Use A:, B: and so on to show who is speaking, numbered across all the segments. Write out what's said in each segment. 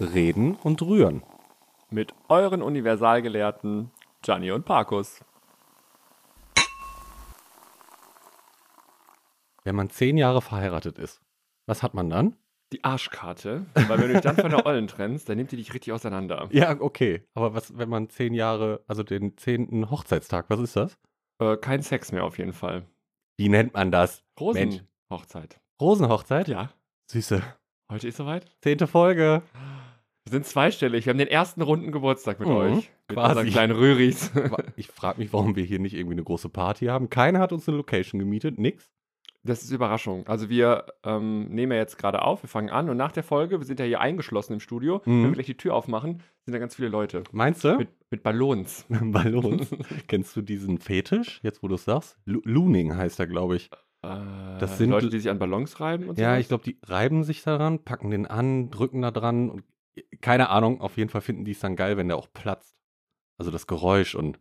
A: Reden und Rühren.
B: Mit euren Universalgelehrten Gianni und Parkus.
A: Wenn man zehn Jahre verheiratet ist, was hat man dann?
B: Die Arschkarte, weil wenn du dich dann von der Ollen trennst, dann nimmt die dich richtig auseinander.
A: Ja, okay. Aber was, wenn man zehn Jahre, also den zehnten Hochzeitstag, was ist das?
B: Äh, kein Sex mehr auf jeden Fall.
A: Wie nennt man das? Mensch.
B: Rosenhochzeit.
A: Rosenhochzeit?
B: Ja,
A: Süße.
B: heute ist soweit.
A: Zehnte Folge.
B: Wir sind zweistellig. Wir haben den ersten runden Geburtstag mit
A: Mhm,
B: euch. Mit
A: quasi.
B: unseren kleinen Röhris.
A: Ich frage mich, warum wir hier nicht irgendwie eine große Party haben. Keiner hat uns eine Location gemietet, nix.
B: Das ist Überraschung. Also wir ähm, nehmen ja jetzt gerade auf, wir fangen an und nach der Folge, wir sind ja hier eingeschlossen im Studio,
A: Mhm.
B: wenn wir gleich die Tür aufmachen, sind da ganz viele Leute.
A: Meinst du?
B: Mit, mit Ballons.
A: Ballons. Kennst du diesen Fetisch, jetzt wo du es sagst? Lu- Looning heißt er, glaube ich. sind-
B: das sind Äh, Leute, die sich an Ballons reiben und
A: Ja,
B: sowas?
A: ich glaube, die reiben sich daran, packen den an, drücken da dran und keine Ahnung, auf jeden Fall finden die es dann geil, wenn der auch platzt. Also das Geräusch und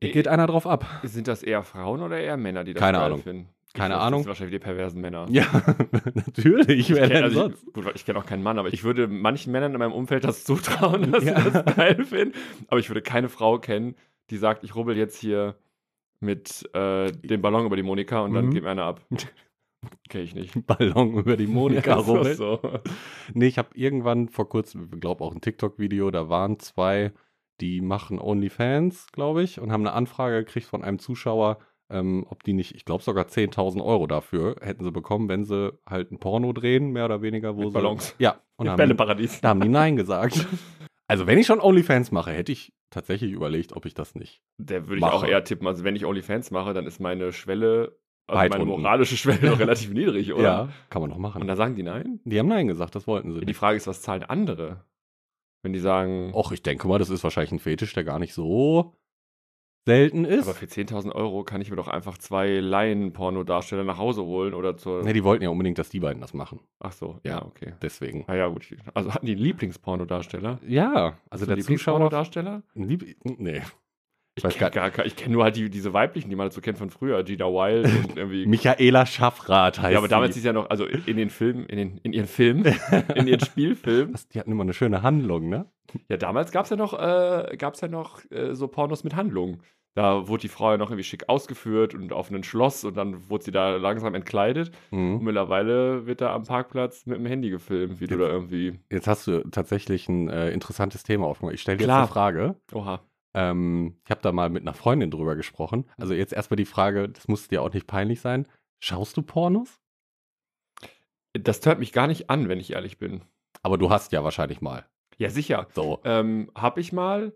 A: da
B: Äh,
A: geht einer drauf ab.
B: Sind das eher Frauen oder eher Männer, die das
A: Keine
B: geil
A: Ahnung.
B: finden? Ich
A: Keine
B: weiß, das
A: Ahnung.
B: sind wahrscheinlich die perversen Männer.
A: Ja, natürlich, wer
B: Ich kenn-
A: denn
B: also
A: sonst?
B: ich, gut, ich kenne auch keinen Mann, aber ich würde manchen Männern in meinem Umfeld das zutrauen, dass
A: Ja.
B: sie das geil finden. Aber ich würde keine Frau kennen, die sagt, ich rubbel jetzt hier mit äh, dem Ballon über die Monika und
A: Mhm.
B: dann geht mir einer ab. Kenne ich nicht.
A: Ballon über die Monika
B: Ja, so,
A: rummelt.
B: so.
A: Nee, ich habe irgendwann vor kurzem, ich glaube auch ein TikTok-Video, da waren zwei, die machen OnlyFans, glaube ich, und haben eine Anfrage gekriegt von einem Zuschauer, ähm, ob die nicht, ich glaube sogar 10.000 Euro dafür hätten sie bekommen, wenn sie halt ein Porno drehen, mehr oder weniger. Wo
B: Mit
A: sie,
B: Ballons.
A: Ja, und
B: Im
A: haben,
B: Bälleparadies.
A: da haben die Nein gesagt. Also wenn ich schon OnlyFans mache, hätte ich tatsächlich überlegt, ob ich das nicht.
B: Der würde ich
A: Mache.
B: auch eher tippen. Also wenn ich OnlyFans mache, dann ist meine Schwelle, also
A: Weit
B: meine
A: unten.
B: moralische Schwelle noch relativ niedrig, oder?
A: Ja, kann man noch
B: Und
A: machen.
B: da sagen die nein?
A: Die haben Nein gesagt, das wollten sie
B: Die
A: nicht.
B: Frage ist, was zahlen andere? Wenn die sagen,
A: Och, ich denke mal, das ist wahrscheinlich ein Fetisch, der gar nicht so selten ist.
B: Aber für 10.000 Euro kann ich mir doch einfach zwei Laien-Pornodarsteller nach Hause holen oder zur.
A: Ne, die wollten ja unbedingt, dass die beiden das machen.
B: Ach so, ja,
A: Ja.
B: okay.
A: Deswegen.
B: Naja, gut. Also hatten die einen Lieblingspornodarsteller?
A: Ja, also der Zuschauer.
B: Darsteller?
A: Lieb nee.
B: Ich
A: weiß
B: kenne
A: gar-
B: gar, ich kenn nur halt die, diese weiblichen, die man so kennt von früher, Gina Wild und irgendwie.
A: Michaela Schaffrath heißt
B: ja, aber damals
A: die.
B: ist ja noch, also in den Filmen, in, den, in ihren Filmen, in ihren Spielfilmen.
A: Was, die hatten immer eine schöne Handlung, ne?
B: Ja, damals gab es ja noch, äh, gab's ja noch äh, so Pornos mit Handlung. Da wurde die Frau ja noch irgendwie schick ausgeführt und auf einem Schloss und dann wurde sie da langsam entkleidet. Und
A: Mhm.
B: mittlerweile wird da am Parkplatz mit dem Handy gefilmt, wie du da irgendwie.
A: Jetzt hast du tatsächlich ein äh, interessantes Thema aufgemacht. Ich stelle dir jetzt
B: Klar.
A: eine Frage.
B: Oha.
A: Ähm, ich habe da mal mit einer Freundin drüber gesprochen. Also jetzt erstmal die Frage, das muss dir auch nicht peinlich sein. Schaust du Pornos?
B: Das hört mich gar nicht an, wenn ich ehrlich bin.
A: Aber du hast ja wahrscheinlich mal.
B: Ja, sicher.
A: So.
B: Ähm, hab ich mal.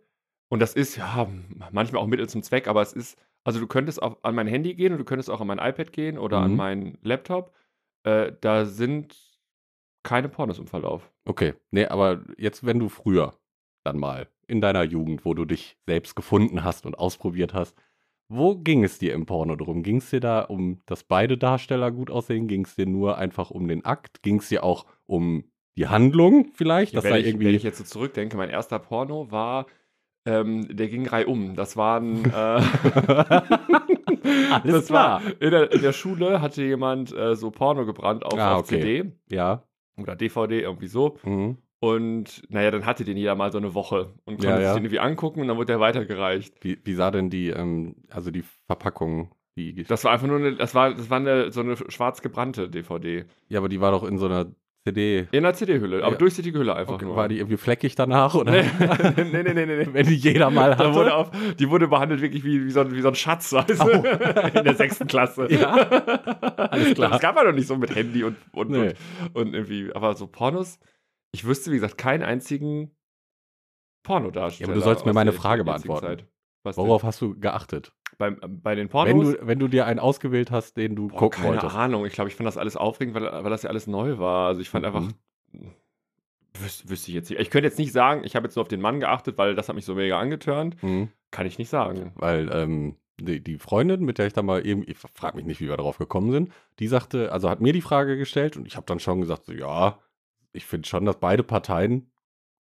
B: Und das ist ja manchmal auch Mittel zum Zweck, aber es ist, also du könntest auch an mein Handy gehen und du könntest auch an mein iPad gehen oder an
A: Mhm.
B: meinen Laptop. Äh, da sind keine Pornos im Verlauf.
A: Okay. Nee, aber jetzt, wenn du früher dann mal in deiner Jugend, wo du dich selbst gefunden hast und ausprobiert hast, wo ging es dir im Porno drum? Ging es dir da um, dass beide Darsteller gut aussehen? Ging es dir nur einfach um den Akt? Ging es dir auch um die Handlung vielleicht?
B: Ja,
A: dass
B: wenn,
A: da
B: ich,
A: irgendwie
B: wenn ich jetzt so zurückdenke, mein erster Porno war, ähm, der ging reihum. Das waren. Äh, Alles
A: klar.
B: in, der, in der Schule hatte jemand äh, so Porno gebrannt auf,
A: Ah,
B: auf
A: okay.
B: CD
A: ja.
B: oder DVD, irgendwie so.
A: Mhm.
B: Und naja, dann hatte den jeder mal so eine Woche und konnte
A: Ja, ja.
B: sich den irgendwie angucken und dann wurde der weitergereicht.
A: Wie, wie sah denn die, ähm, also die Verpackung? Die,
B: Das war einfach nur eine, das war, das war eine, so eine schwarz gebrannte DVD.
A: ja, aber die war doch in so einer CD.
B: In einer CD-Hülle, aber
A: Ja.
B: durchsichtige Hülle einfach
A: Okay,
B: nur.
A: war die irgendwie fleckig danach oder?
B: nee, nee, nee, nee, nee. nee.
A: Wenn die jeder mal
B: Da
A: hatte.
B: wurde auf, die wurde behandelt wirklich wie, wie, so, ein, wie so ein Schatz, weißt du? in der sechsten Klasse.
A: Ja. Alles klar.
B: Das gab man doch nicht so mit Handy und, und,
A: Nee.
B: und, und irgendwie. Aber so Pornos, ich wüsste, wie gesagt, keinen einzigen Pornodarsteller.
A: Ja, aber du sollst mir
B: aus
A: meine
B: der
A: Frage
B: jetzigen
A: beantworten.
B: Zeit. Was denn?
A: Worauf hast du geachtet?
B: Bei, bei den
A: Wenn
B: Pornos?
A: du, wenn du dir einen ausgewählt hast, den du
B: Boah,
A: gucken
B: keine
A: wolltest.
B: Ahnung. Ich glaube, ich fand das alles aufregend, weil, weil das ja alles neu war. Also ich fand
A: Mhm.
B: einfach. Wüs wüsste ich jetzt nicht. Ich könnte jetzt nicht sagen, ich habe jetzt nur auf den Mann geachtet, weil das hat mich so mega angeturnt.
A: Mhm.
B: Kann ich nicht sagen.
A: Weil ähm, die, die Freundin, mit der ich da mal eben, ich frage mich nicht, wie wir darauf gekommen sind, die sagte, also hat mir die Frage gestellt und ich habe dann schon gesagt, so, ja, ich finde schon, dass beide Parteien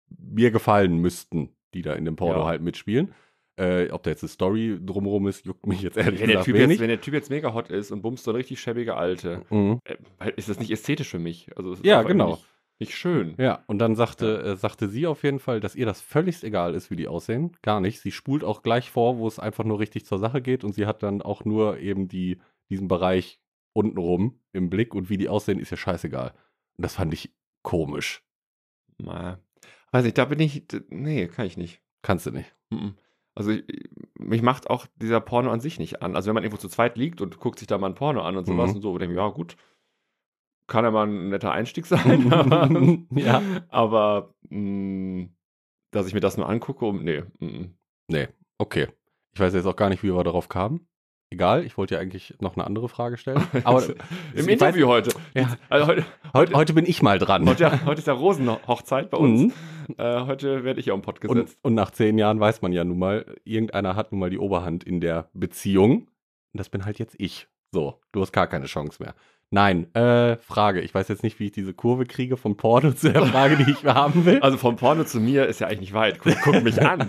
A: mir gefallen müssten, die da in dem Porno
B: Ja.
A: halt mitspielen. Äh, ob da jetzt eine Story drumherum ist, juckt mich jetzt ehrlich
B: Wenn der,
A: gesagt
B: typ jetzt,
A: wenig.
B: wenn der Typ jetzt mega hot ist und bumst so eine richtig schäbige Alte,
A: Mhm.
B: äh, ist das nicht ästhetisch für mich? Also es ist
A: Ja,
B: einfach
A: genau.
B: Nicht, nicht schön.
A: Ja, und dann sagte, äh, sagte sie auf jeden Fall, dass ihr das völlig egal ist, wie die aussehen. Gar nicht. Sie spult auch gleich vor, wo es einfach nur richtig zur Sache geht und sie hat dann auch nur eben die, diesen Bereich untenrum im Blick und wie die aussehen, ist ihr scheißegal. Und das fand ich komisch.
B: Mal. Weiß nicht, da bin ich. d- Nee, kann ich nicht.
A: Kannst du nicht.
B: Mhm. Also ich, mich macht auch dieser Porno an sich nicht an. Also wenn man irgendwo zu zweit liegt und guckt sich da mal ein Porno an und sowas
A: Mhm.
B: und so, denke ich, ja gut, kann ja mal ein netter Einstieg sein. aber-
A: Ja.
B: Aber mh, dass ich mir das nur angucke, um, nee. mhm.
A: Okay. Ich weiß jetzt auch gar nicht, wie wir darauf kamen. Egal, ich wollte ja eigentlich noch eine andere Frage stellen. Aber
B: Also, Im
A: ich
B: Im Interview heute.
A: Ja.
B: Also heute,
A: heute, heute bin ich mal dran.
B: heute, heute ist ja Rosenhochzeit bei uns.
A: Mhm.
B: Äh, heute werde ich ja um Pott gesetzt.
A: Und, und nach zehn Jahren weiß man ja nun mal, irgendeiner hat nun mal die Oberhand in der Beziehung. Und das bin halt jetzt ich. So, du hast gar keine Chance mehr. Nein, äh, Frage. Ich weiß jetzt nicht, wie ich diese Kurve kriege vom Porno zu der Frage, die ich haben will.
B: Also vom Porno zu mir ist ja eigentlich nicht weit. Guck, guck mich an.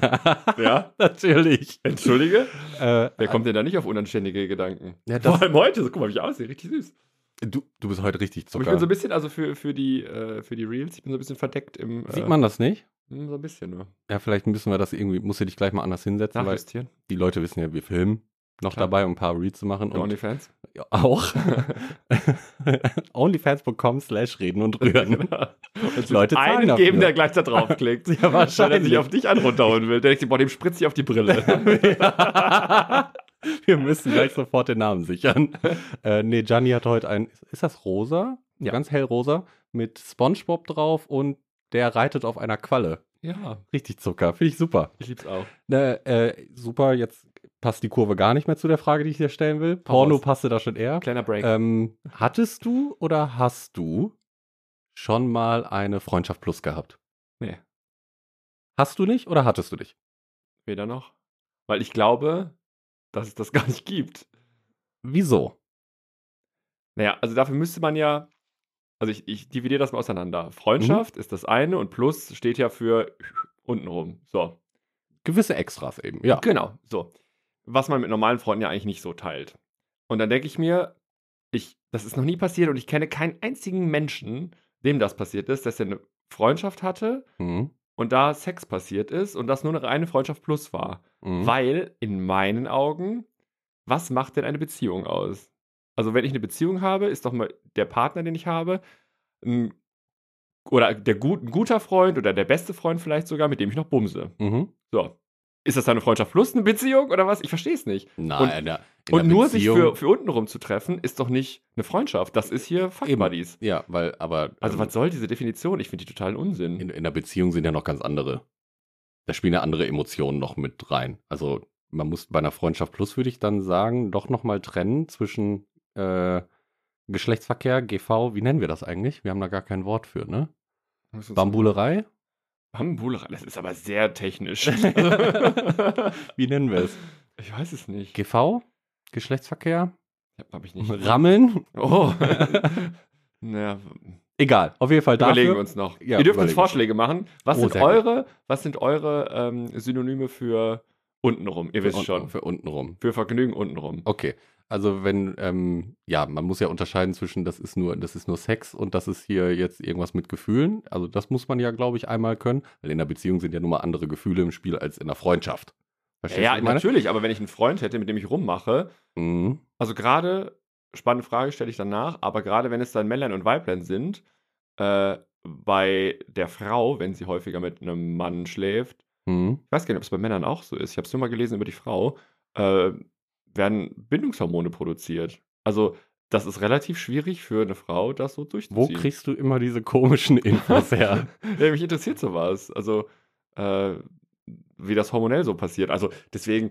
B: Ja,
A: Natürlich.
B: entschuldige.
A: Äh,
B: Wer kommt denn da nicht auf unanständige Gedanken?
A: Ja, das-
B: Vor allem heute. So, guck mal, wie ich aussehe. Richtig süß.
A: du, du bist heute richtig
B: Aber ich
A: Zucker.
B: bin so ein bisschen, also für, für, die, äh, für die Reels, ich bin so ein bisschen verdeckt im. Äh,
A: Sieht man das nicht?
B: mh, So ein bisschen ne? nur.
A: Ja, vielleicht müssen wir das irgendwie, musst du dich gleich mal anders hinsetzen, weil
B: Nachjustieren.
A: die Leute wissen ja, wir filmen noch
B: Klar.
A: dabei, um ein paar Reads zu machen.
B: Für
A: Und
B: OnlyFans.
A: Ja, auch. Onlyfans.com slash reden und rühren.
B: Und
A: ne? Leute zahlen
B: Genau. einen geben,
A: dafür.
B: der gleich da draufklickt.
A: Ja, wahrscheinlich.
B: Weil er sich auf dich einen runterholen will. Der denkt sich, boah, dem spritzt ich auf die Brille.
A: Wir müssen gleich sofort den Namen sichern. Äh, nee, Gianni hat heute ein, ist das rosa?
B: Ja.
A: Ganz hellrosa. Mit Spongebob drauf und der reitet auf einer Qualle.
B: ja,
A: Richtig Zucker, finde ich super.
B: ich lieb's auch.
A: Ne, äh, super, jetzt passt die Kurve gar nicht mehr zu der Frage, die ich dir stellen will. Porno
B: raus.
A: passte da schon eher.
B: Kleiner Break.
A: Ähm, hattest du oder hast du schon mal eine Freundschaft Plus gehabt?
B: Nee.
A: Hast du nicht oder hattest du nicht?
B: Weder noch. Weil ich glaube, dass es das gar nicht gibt.
A: Wieso?
B: Naja, also dafür müsste man ja, also ich, ich dividiere das mal auseinander. Freundschaft ist das eine und Plus steht ja für untenrum. So,
A: Gewisse Extras eben, ja.
B: genau, so. Was man mit normalen Freunden ja eigentlich nicht so teilt. Und dann denke ich mir, ich, das ist noch nie passiert und ich kenne keinen einzigen Menschen, dem das passiert ist, dass er eine Freundschaft hatte
A: Mhm.
B: und da Sex passiert ist und das nur eine reine Freundschaft Plus war.
A: Mhm.
B: Weil in meinen Augen, was macht denn eine Beziehung aus? Also, wenn ich eine Beziehung habe, ist doch mal der Partner, den ich habe, ein, oder der gut, ein guter Freund oder der beste Freund vielleicht sogar, mit dem ich noch bumse.
A: Mhm.
B: So. Ist das dann eine Freundschaft plus eine Beziehung oder was? Ich verstehe es nicht.
A: Nein,
B: Und-
A: in der- in
B: Und
A: der
B: nur
A: Beziehung-
B: sich für, für untenrum zu treffen, ist doch nicht eine Freundschaft. Das ist hier Fuck
A: Eben.
B: Buddies.
A: Ja, weil, aber
B: Also,
A: ähm,
B: was soll diese Definition? Ich finde die totalen Unsinn.
A: in, in der Beziehung sind ja noch ganz andere. Da spielen ja andere Emotionen noch mit rein. Also man muss bei einer Freundschaft plus, würde ich dann sagen, doch nochmal trennen zwischen äh, Geschlechtsverkehr, GV, wie nennen wir das eigentlich? Wir haben da gar kein Wort für, ne? Bambulerei?
B: Bambulerei, das ist aber sehr technisch.
A: Wie nennen wir es?
B: ich weiß es nicht.
A: GV? Geschlechtsverkehr?
B: Hab ich
A: Mhm.
B: nicht.
A: Rammeln?
B: Oh. naja,
A: Egal, auf jeden Fall
B: überlegen wir
A: dafür.
B: uns noch.
A: Ja,
B: Ihr dürft uns
A: überlegen.
B: Vorschläge machen. Was
A: Oh,
B: sind
A: sehr gut.
B: eure, was sind eure ähm, Synonyme für untenrum? Ihr wisst
A: Unten-
B: schon.
A: Für unten rum.
B: Für Vergnügen untenrum.
A: Okay. Also wenn, ähm, ja, man muss ja unterscheiden zwischen, das ist nur, das ist nur Sex und das ist hier jetzt irgendwas mit Gefühlen. Also das muss man ja, glaube ich, einmal können, weil in der Beziehung sind ja nun mal andere Gefühle im Spiel als in der Freundschaft. Verstehst
B: ja,
A: du, was ich meine?
B: natürlich, aber wenn ich einen Freund hätte, mit dem ich rummache,
A: Mhm.
B: also gerade, spannende Frage stelle ich danach, aber gerade wenn es dann Männlein und Weiblein sind, äh, bei der Frau, wenn sie häufiger mit einem Mann schläft,
A: Mhm.
B: ich weiß gar nicht, ob es bei Männern auch so ist. Ich habe es nur mal gelesen über die Frau, äh, werden Bindungshormone produziert. Also, das ist relativ schwierig für eine Frau, das so
A: Wo
B: durchzuziehen.
A: kriegst du immer diese komischen Infos her?
B: ja, mich interessiert sowas. Also, äh, wie das hormonell so passiert. Also deswegen,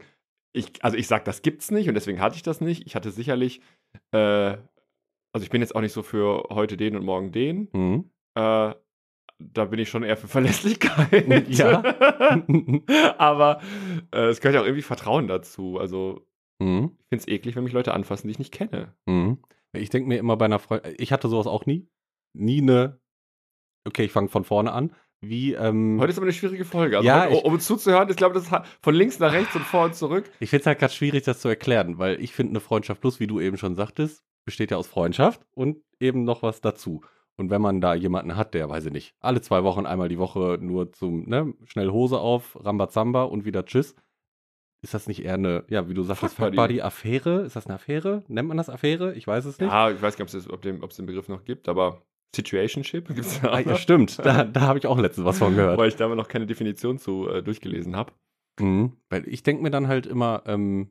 B: ich, also ich sag, das gibt's nicht und deswegen hatte ich das nicht. Ich hatte sicherlich, äh, also ich bin jetzt auch nicht so für heute den und morgen den.
A: Mhm.
B: Äh, da bin ich schon eher für Verlässlichkeit.
A: Ja.
B: Aber äh, es gehört ja auch irgendwie Vertrauen dazu. Also
A: mhm.
B: ich finde es eklig, wenn mich Leute anfassen, die ich nicht kenne.
A: Mhm. Ich denke mir immer bei einer Freundin, ich hatte sowas auch nie. Nie eine, okay, ich fange von vorne an. Wie, ähm,
B: Heute ist aber eine schwierige Folge. Also
A: Ja,
B: heute,
A: ich-
B: um uns zuzuhören, ich glaube, das ist ha- von links nach rechts und vor und zurück.
A: ich finde es halt gerade schwierig, das zu erklären, weil ich finde, eine Freundschaft plus, wie du eben schon sagtest, besteht ja aus Freundschaft und eben noch was dazu. Und wenn man da jemanden hat, der, weiß ich nicht, alle zwei Wochen, einmal die Woche nur zum, ne, schnell Hose auf, Rambazamba und wieder Tschüss, ist das nicht eher eine, ja, wie du sagtest,
B: Fuckbuddy.
A: Fuckbody-Affäre? Ist das eine Affäre? Nennt man das Affäre? Ich weiß es nicht.
B: Ja, ich weiß gar nicht, ob's das- ob es ob den Begriff noch gibt, aber Situationship gibt es
A: Ah, ja, stimmt. Da, da habe ich auch letztens was von gehört.
B: Weil ich da aber noch keine Definition zu äh, durchgelesen habe.
A: Mhm. Weil ich denke mir dann halt immer, ähm,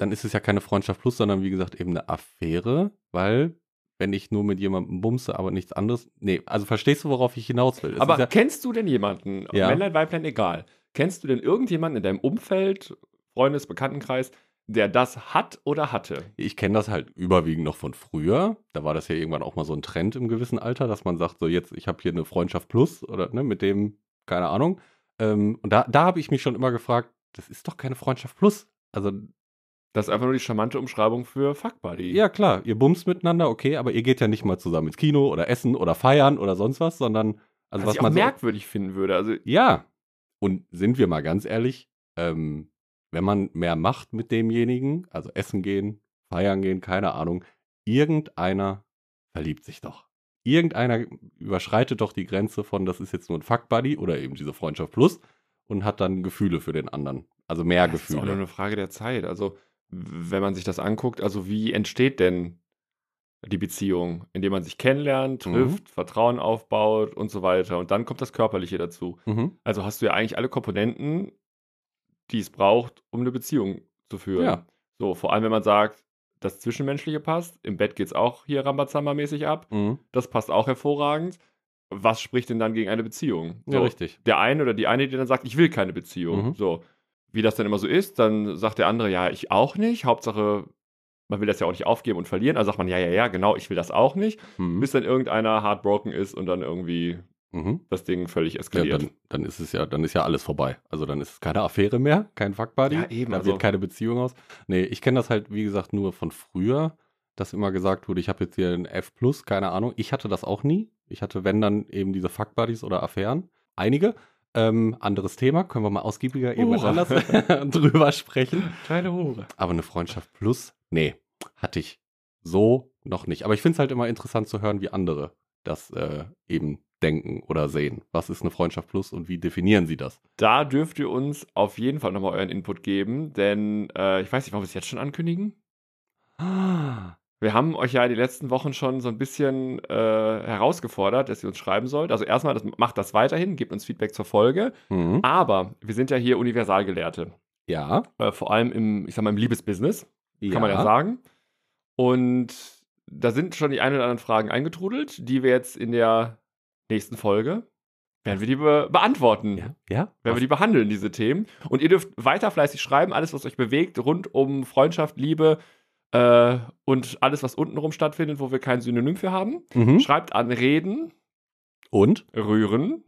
A: dann ist es ja keine Freundschaft plus, sondern wie gesagt eben eine Affäre, weil wenn ich nur mit jemandem bumse, aber nichts anderes. Nee, also verstehst du, worauf ich hinaus will? Es
B: Aber
A: ist ja,
B: kennst du denn jemanden,
A: Ja.
B: Männlein, Weiblein, egal, kennst du denn irgendjemanden in deinem Umfeld, Freundes, Bekanntenkreis, der das hat oder hatte?
A: ich kenne das halt überwiegend noch von früher. Da war das ja irgendwann auch mal so ein Trend im gewissen Alter, dass man sagt, so jetzt, ich habe hier eine Freundschaft plus oder ne, mit dem, keine Ahnung. Ähm, und da, da habe ich mich schon immer gefragt, das ist doch keine Freundschaft plus. Also
B: Das ist einfach nur die charmante Umschreibung für Fuckbuddy.
A: Ja, klar, ihr bumst miteinander, okay, aber ihr geht ja nicht mal zusammen ins Kino oder essen oder feiern oder sonst was, sondern also
B: was,
A: was,
B: ich auch
A: man so,
B: merkwürdig finden würde. Also
A: Ja. Und sind wir mal ganz ehrlich, ähm, wenn man mehr macht mit demjenigen, also essen gehen, feiern gehen, keine Ahnung, irgendeiner verliebt sich doch. Irgendeiner überschreitet doch die Grenze von, das ist jetzt nur ein Fuck-Buddy oder eben diese Freundschaft plus und hat dann Gefühle für den anderen. Also mehr
B: Das ist auch nur
A: Gefühle.
B: eine Frage der Zeit. Also, w- wenn man sich das anguckt, also wie entsteht denn die Beziehung, indem man sich kennenlernt,
A: Mhm.
B: trifft, Vertrauen aufbaut und so weiter. Und dann kommt das Körperliche dazu.
A: Mhm.
B: Also hast du ja eigentlich alle Komponenten, die es braucht, um eine Beziehung zu führen.
A: Ja.
B: So, vor allem, wenn man sagt, das Zwischenmenschliche passt, im Bett geht es auch hier Rambazamba-mäßig ab,
A: Mhm.
B: das passt auch hervorragend. Was spricht denn dann gegen eine Beziehung?
A: Ja,
B: So,
A: richtig.
B: der eine oder die eine, die dann sagt, ich will keine Beziehung.
A: Mhm.
B: So, wie das dann immer so ist, dann sagt der andere, ja, ich auch nicht. Hauptsache, man will das ja auch nicht aufgeben und verlieren. Also sagt man, ja, ja, ja, genau, ich will das auch nicht.
A: Mhm.
B: Bis dann irgendeiner heartbroken ist und dann irgendwie
A: Mhm.
B: das Ding völlig
A: Ja,
B: eskaliert.
A: dann, dann ist es ja, dann ist ja alles vorbei. Also dann ist es keine Affäre mehr, kein Fuckbuddy.
B: Ja, eben,
A: Da
B: also-
A: wird keine Beziehung aus. Nee, ich kenne das halt, wie gesagt, nur von früher, dass immer gesagt wurde, ich habe jetzt hier ein F, keine Ahnung. Ich hatte das auch nie. Ich hatte, wenn dann eben diese Fuckbuddies oder Affären. Einige. Ähm, anderes Thema, können wir mal ausgiebiger irgendwann
B: Hurra.
A: anders drüber sprechen.
B: Kleine Hure.
A: Aber eine Freundschaft plus, nee, hatte ich so noch nicht. Aber ich finde es halt immer interessant zu hören, wie andere das äh, eben denken oder sehen. Was ist eine Freundschaft plus und wie definieren sie das?
B: Da dürft ihr uns auf jeden Fall nochmal euren Input geben, denn äh, ich weiß nicht, wollen wir es jetzt schon ankündigen? Wir haben euch ja die letzten Wochen schon so ein bisschen äh, herausgefordert, dass ihr uns schreiben sollt. Also erstmal, das, macht das weiterhin, gebt uns Feedback zur Folge.
A: Mhm.
B: Aber wir sind ja hier Universalgelehrte.
A: Ja.
B: Äh, vor allem im, ich sag mal, im Liebesbusiness,
A: ja.
B: kann man ja sagen. Und da sind schon die ein oder anderen Fragen eingetrudelt, die wir jetzt in der nächsten Folge werden wir die be beantworten.
A: Ja. ja?
B: Werden wir die behandeln, diese Themen. Und ihr dürft weiter fleißig schreiben, alles, was euch bewegt, rund um Freundschaft, Liebe äh, und alles, was untenrum stattfindet, wo wir kein Synonym für haben.
A: mhm.
B: Schreibt an Reden,
A: Und?
B: Rühren.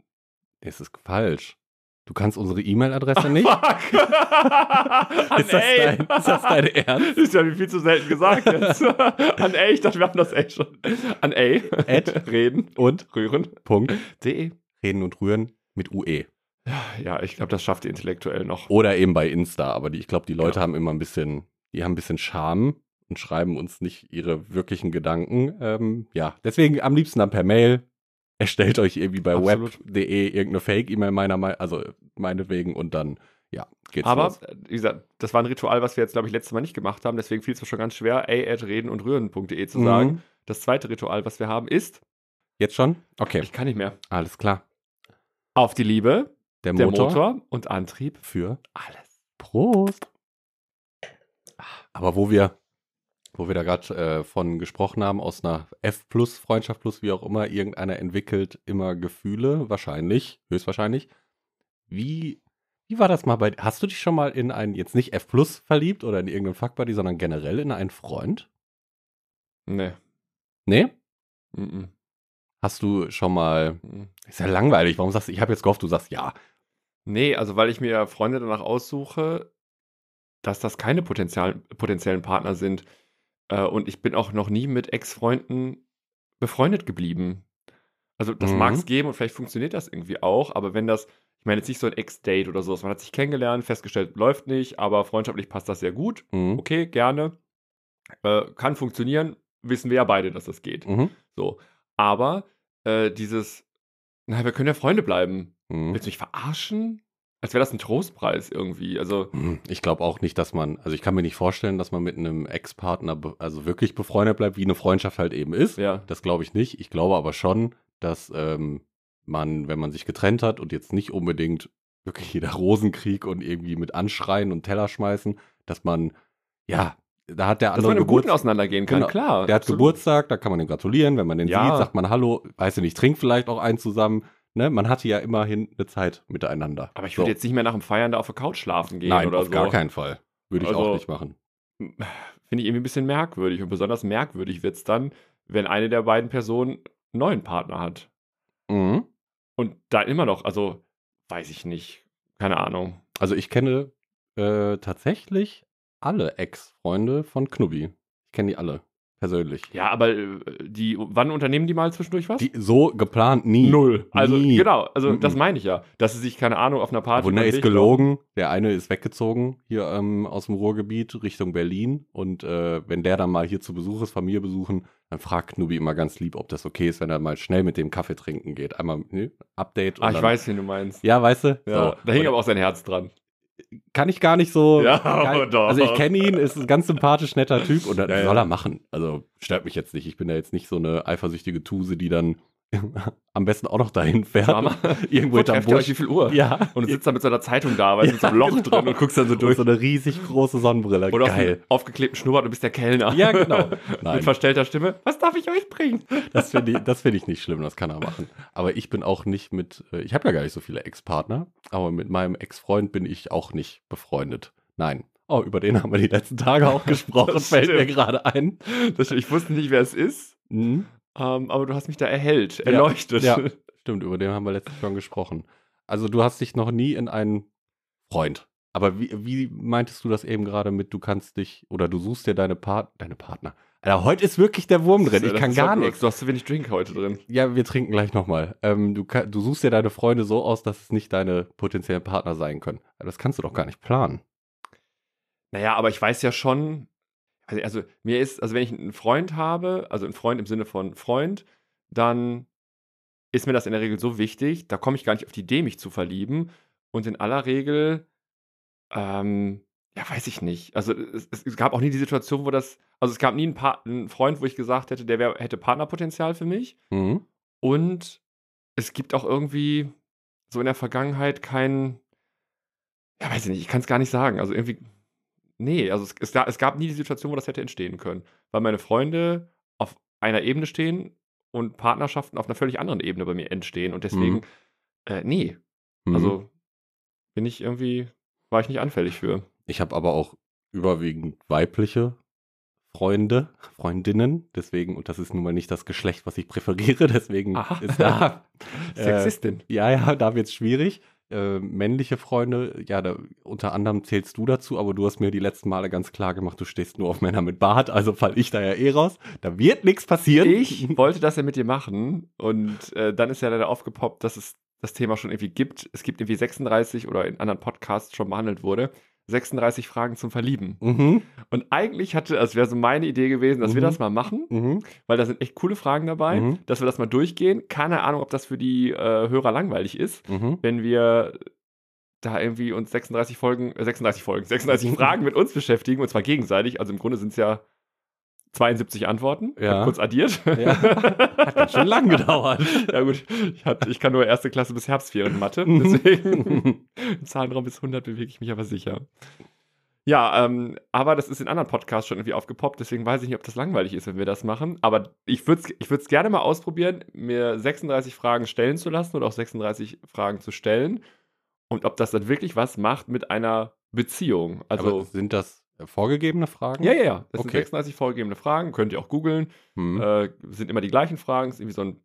A: Es ist falsch. Du kannst unsere E-Mail-Adresse nicht.
B: Fuck! an
A: ist, das
B: ey.
A: dein, ist das dein Ernst?
B: Das ist ja viel zu selten gesagt jetzt. An A, ich dachte, wir haben das echt schon. An A.
A: Ad.
B: Reden.
A: Und? E.
B: Rühren.
A: Punkt.
B: De.
A: Reden und rühren mit UE.
B: Ja, ich glaube, das schafft ihr intellektuell noch.
A: Oder eben bei Insta, aber die, ich glaube, die Leute haben immer ein bisschen, die haben ein bisschen Scham und schreiben uns nicht ihre wirklichen Gedanken. Ähm, ja, deswegen am liebsten dann per Mail. Erstellt euch irgendwie bei
B: Absolut.
A: web.de irgendeine Fake-E-Mail meiner Meinung, also meinetwegen und dann, ja, geht's
B: Aber,
A: los.
B: äh, wie gesagt, das war ein Ritual, was wir jetzt, glaube ich, letztes Mal nicht gemacht haben. Deswegen fiel es mir schon ganz schwer, a at reden und rühren.de E zu sagen.
A: Mhm.
B: Das zweite Ritual, was wir haben, ist,
A: Jetzt schon? Okay,
B: ich kann nicht mehr,
A: alles klar.
B: auf die Liebe,
A: Der
B: der
A: Motor,
B: Motor und Antrieb,
A: für
B: alles.
A: Prost. Aber wo wir, wo wir da gerade äh, von gesprochen haben, aus einer F plus, Freundschaft plus, wie auch immer, irgendeiner entwickelt immer Gefühle, wahrscheinlich, höchstwahrscheinlich. Wie, Wie war das mal bei Hast du dich schon mal in einen, jetzt nicht F Plus verliebt oder in irgendeinen Fuckbuddy, sondern generell in einen Freund?
B: Nee.
A: Nee?
B: Mm
A: Hast du schon mal.
B: -mm.
A: Ist ja langweilig. Warum sagst du, ich habe jetzt gehofft, du sagst ja.
B: Nee, also weil ich mir Freunde danach aussuche, dass das keine potenziellen, potenziellen Partner sind. Äh, und ich bin auch noch nie mit Ex-Freunden befreundet geblieben. Also das
A: Mhm.
B: mag es geben und vielleicht funktioniert das irgendwie auch, aber wenn das, ich meine jetzt nicht so ein Ex-Date oder sowas, man hat sich kennengelernt, festgestellt, läuft nicht, aber freundschaftlich passt das sehr gut.
A: Mhm.
B: Okay, gerne. Äh, kann funktionieren, wissen wir ja beide, dass das geht.
A: Mhm.
B: So. Aber äh, dieses, na, wir können ja Freunde bleiben.
A: Mhm.
B: Willst du mich verarschen? Als wäre das ein Trostpreis irgendwie. Also,
A: Mhm. Ich glaube auch nicht, dass man, also ich kann mir nicht vorstellen, dass man mit einem Ex-Partner, be- also wirklich befreundet bleibt, wie eine Freundschaft halt eben ist.
B: ja.
A: Das glaube ich nicht. Ich glaube aber schon, dass ähm, man, wenn man sich getrennt hat und jetzt nicht unbedingt wirklich jeder Rosenkrieg und irgendwie mit Anschreien und Teller schmeißen, dass man, ja, da hat der
B: Dass man
A: andere
B: im Guten
A: Geburtstag.
B: auseinandergehen kann,
A: Genau.
B: klar.
A: Der hat
B: absolut.
A: Geburtstag, da kann man ihm gratulieren. Wenn man den
B: Ja.
A: sieht, sagt man Hallo, weiß ich nicht, trinkt vielleicht auch einen zusammen. Ne? Man hatte ja immerhin eine Zeit miteinander.
B: Aber ich würde jetzt nicht mehr nach dem Feiern da auf der Couch schlafen gehen
A: Nein,
B: oder
A: auf
B: so.
A: gar keinen Fall. Würde ich
B: Also-
A: auch nicht machen.
B: Finde ich irgendwie ein bisschen merkwürdig. Und besonders merkwürdig wird es dann, wenn eine der beiden Personen einen neuen Partner hat.
A: Mhm.
B: Und da immer noch, also, weiß ich nicht. Keine Ahnung.
A: Also ich kenne äh, tatsächlich alle Ex-Freunde von Knubbi. Ich kenne die alle persönlich.
B: Ja, aber äh, die, wann unternehmen die mal zwischendurch was?
A: Die, so geplant nie.
B: Null. Also,
A: Nie.
B: genau, also das
A: Mhm.
B: meine ich ja. Dass sie sich, keine Ahnung, auf einer Party.
A: Wunder
B: beim
A: ist
B: Licht-
A: gelogen. Der eine ist weggezogen hier ähm, aus dem Ruhrgebiet Richtung Berlin. Und äh, wenn der dann mal hier zu Besuch ist, Familie besuchen, dann fragt Knubi immer ganz lieb, ob das okay ist, wenn er mal schnell mit dem Kaffee trinken geht. Einmal ne, Update. und
B: Ah, ich
A: dann-
B: weiß, wen du meinst.
A: Ja, weißt du?
B: Ja,
A: So.
B: da hing aber auch sein Herz dran.
A: kann ich gar nicht so.
B: Ja,
A: kann,
B: doch.
A: Also ich kenne ihn, ist ein ganz sympathisch netter Typ und das
B: Ja, ja.
A: soll er machen. Also stört mich jetzt nicht. Ich bin da jetzt nicht so eine eifersüchtige Tuse, die dann am besten auch noch dahin fährt.
B: Mama,
A: irgendwo
B: wo
A: hinterm
B: trefft ihr euch
A: Busch.
B: wie viel Uhr?
A: Ja.
B: Und du sitzt da mit so einer Zeitung da, weil du
A: Ja,
B: mit so einem Loch
A: genau.
B: drin und guckst dann so
A: durch
B: durch.
A: so eine riesig große Sonnenbrille.
B: Oder auf
A: Geil.
B: einem aufgeklebten Schnurrbart, du bist der Kellner.
A: Ja, genau.
B: mit
A: Nein,
B: verstellter Stimme. Was darf ich euch bringen?
A: das finde ich, das finde ich nicht schlimm, das kann er machen. Aber ich bin auch nicht mit, äh, ich habe ja gar nicht so viele Ex-Partner, aber mit meinem Ex-Freund bin ich auch nicht befreundet. Nein. Oh, über den haben wir die letzten Tage auch gesprochen,
B: Das
A: fällt mir
B: stimmt.
A: gerade ein.
B: Das, ich wusste nicht, wer es ist,
A: Mhm.
B: ähm, aber du hast mich da erhellt,
A: Ja.
B: erleuchtet.
A: Ja. Stimmt, über den haben wir letztens schon gesprochen. Also du hast dich noch nie in einen Freund. Aber wie, wie meintest du das eben gerade mit, du kannst dich oder du suchst dir deine, Part deine Partner? Alter, heute ist wirklich der Wurm drin. Ich
B: Das
A: kann
B: ist
A: gar
B: heute-
A: nichts.
B: Du hast zu wenig Drink heute drin.
A: Ja, wir trinken gleich nochmal. Ähm, du, ka- du suchst dir deine Freunde so aus, dass es nicht deine potenziellen Partner sein können. Aber Das kannst du doch gar nicht planen.
B: Naja, aber ich weiß ja schon, also, also mir ist, also wenn ich einen Freund habe, also einen Freund im Sinne von Freund, dann ist mir das in der Regel so wichtig, da komme ich gar nicht auf die Idee, mich zu verlieben. Und in aller Regel, ähm, ja, weiß ich nicht. Also es, es- es gab auch nie die Situation, wo das, also es gab nie einen, pa einen Freund, wo ich gesagt hätte, der wär, hätte Partnerpotenzial für mich.
A: Mhm.
B: Und es gibt auch irgendwie so in der Vergangenheit kein, ja, weiß ich nicht, ich kann es gar nicht sagen. Also irgendwie, nee, also es, es, ga- es gab nie die Situation, wo das hätte entstehen können, weil meine Freunde auf einer Ebene stehen und Partnerschaften auf einer völlig anderen Ebene bei mir entstehen. Und deswegen,
A: Mhm.
B: äh, nee,
A: Mhm.
B: also bin ich irgendwie, war ich nicht anfällig für.
A: Ich habe aber auch überwiegend weibliche Freunde, Freundinnen. Deswegen, und das ist nun mal nicht das Geschlecht, was ich präferiere, deswegen
B: Aha.
A: ist da. Äh,
B: Sexistin.
A: Ja, ja, da wird's schwierig. Äh, männliche Freunde, ja, da, unter anderem zählst du dazu, aber du hast mir die letzten Male ganz klar gemacht, du stehst nur auf Männer mit Bart, also fall ich da ja eh raus. Da wird nichts passieren.
B: Ich wollte das ja mit dir machen und äh, dann ist ja leider aufgepoppt, dass es das Thema schon irgendwie gibt. Es gibt irgendwie 36 oder in anderen Podcasts schon behandelt wurde. 36 Fragen zum Verlieben.
A: Mhm,
B: Und eigentlich hatte, das wäre so meine Idee gewesen, dass wir
A: Mhm.
B: das mal machen,
A: mhm.
B: weil da sind echt coole Fragen dabei,
A: Mhm.
B: dass wir das mal durchgehen. Keine Ahnung, ob das für die äh, Hörer langweilig ist,
A: Mhm.
B: wenn wir da irgendwie uns 36 Folgen, äh, 36 Folgen, 36 Fragen mit uns beschäftigen und zwar gegenseitig. Also im Grunde sind es ja 72 Antworten, Ich hab
A: Ja.
B: kurz addiert.
A: Ja. Hat ganz schön lang gedauert.
B: Ja gut, ich, hab, ich kann nur erste Klasse bis Herbstferien Mathe, deswegen im Zahlenraum bis 100 bewege ich mich aber sicher. Ja, ähm, aber das ist in anderen Podcasts schon irgendwie aufgepoppt, deswegen weiß ich nicht, ob das langweilig ist, wenn wir das machen. Aber ich würde es ich würd's gerne mal ausprobieren, mir 36 Fragen stellen zu lassen oder auch 36 Fragen zu stellen und ob das dann wirklich was macht mit einer Beziehung. Also,
A: Aber sind das äh, vorgegebene Fragen?
B: ja, ja, ja. Das
A: Okay.
B: sind 36 vorgegebene Fragen, könnt ihr auch googeln.
A: Hm.
B: Äh, sind immer die gleichen Fragen, ist irgendwie so ein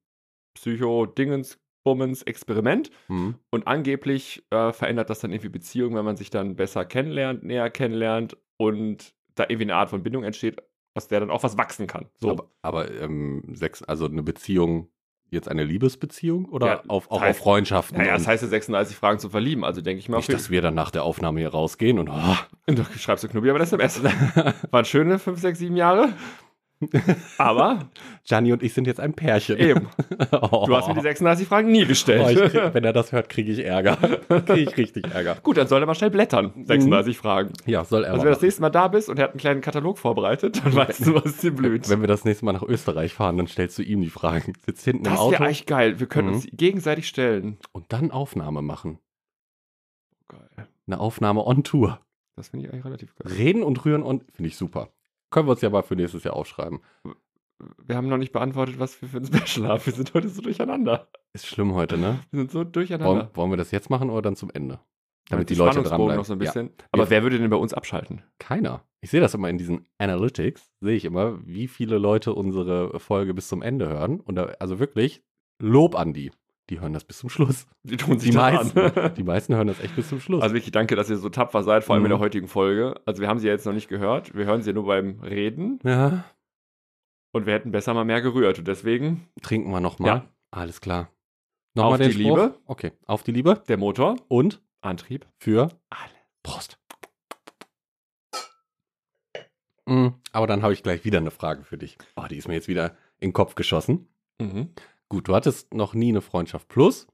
B: Psycho-Dingens-Bummens-Experiment.
A: Hm.
B: Und angeblich äh, verändert das dann irgendwie Beziehungen, wenn man sich dann besser kennenlernt, näher kennenlernt und da irgendwie eine Art von Bindung entsteht, aus der dann auch was wachsen kann. So.
A: Aber, aber ähm, sechs, also eine Beziehung, jetzt eine Liebesbeziehung oder
B: Ja,
A: auf, auch
B: heißt-
A: auf Freundschaften?
B: naja, das
A: und
B: heißt ja 36 Fragen zu verlieben, also denke ich mal,
A: nicht, dass wir dann nach der Aufnahme hier rausgehen und oh,
B: du schreibst du Knubi aber das SMS. Waren schöne 5, 6, 7 Jahre. Aber
A: Gianni und ich sind jetzt ein Pärchen.
B: eben,
A: oh.
B: du hast mir die 36 Fragen nie
A: Oh, ich
B: gestellt.
A: krieg, wenn er das hört, kriege ich Ärger. kriege ich richtig Ärger.
B: Gut, dann soll er mal schnell blättern. 36 Fragen.
A: Mhm. Ja, soll er
B: Also,
A: mal
B: wenn du das nächste Mal da bist und er hat einen kleinen Katalog vorbereitet, dann weißt du, was dir blüht.
A: Wenn wir das nächste Mal nach Österreich fahren, dann stellst du ihm die Fragen. Sitzt hinten im
B: Das
A: Auto
B: wäre echt geil. Wir können
A: Mhm.
B: uns gegenseitig stellen.
A: und dann Aufnahme machen.
B: Geil.
A: Eine Aufnahme on Tour.
B: Das finde ich eigentlich relativ geil.
A: Reden und rühren und finde ich super. Können wir uns ja mal für nächstes Jahr aufschreiben.
B: Wir haben noch nicht beantwortet, was wir für ein Special haben. Wir sind heute so durcheinander.
A: Ist schlimm heute, ne?
B: Wir sind so durcheinander.
A: Wollen, wollen wir das jetzt machen oder dann zum Ende? Damit die
B: Den
A: Leute
B: Spannungsbogen
A: dranbleiben.
B: noch so ein
A: Ja,
B: bisschen. Aber wer würde denn bei uns abschalten?
A: keiner. Ich sehe das immer in diesen Analytics, sehe ich immer, wie viele Leute unsere Folge bis zum Ende hören. Und da, also wirklich, Lob an die. Die hören das bis zum Schluss.
B: Die tun sich
A: Die
B: das
A: meisten,
B: an.
A: die meisten hören das echt bis zum Schluss.
B: Also wirklich danke, dass ihr so tapfer seid, vor allem in
A: Mhm.
B: der heutigen Folge. Also wir haben sie ja jetzt noch nicht gehört. Wir hören sie ja nur beim Reden
A: ja,
B: und wir hätten besser mal mehr gerührt. Und deswegen
A: trinken wir nochmal.
B: Ja.
A: Alles klar.
B: Auf die Liebe.
A: Okay, auf die Liebe.
B: der Motor,
A: Und
B: Antrieb.
A: für
B: Alle.
A: Prost. Mm, aber dann habe ich gleich wieder eine Frage für dich. Oh, die ist mir jetzt wieder in den Kopf geschossen.
B: Mhm.
A: Gut, du hattest noch nie eine Freundschaft plus.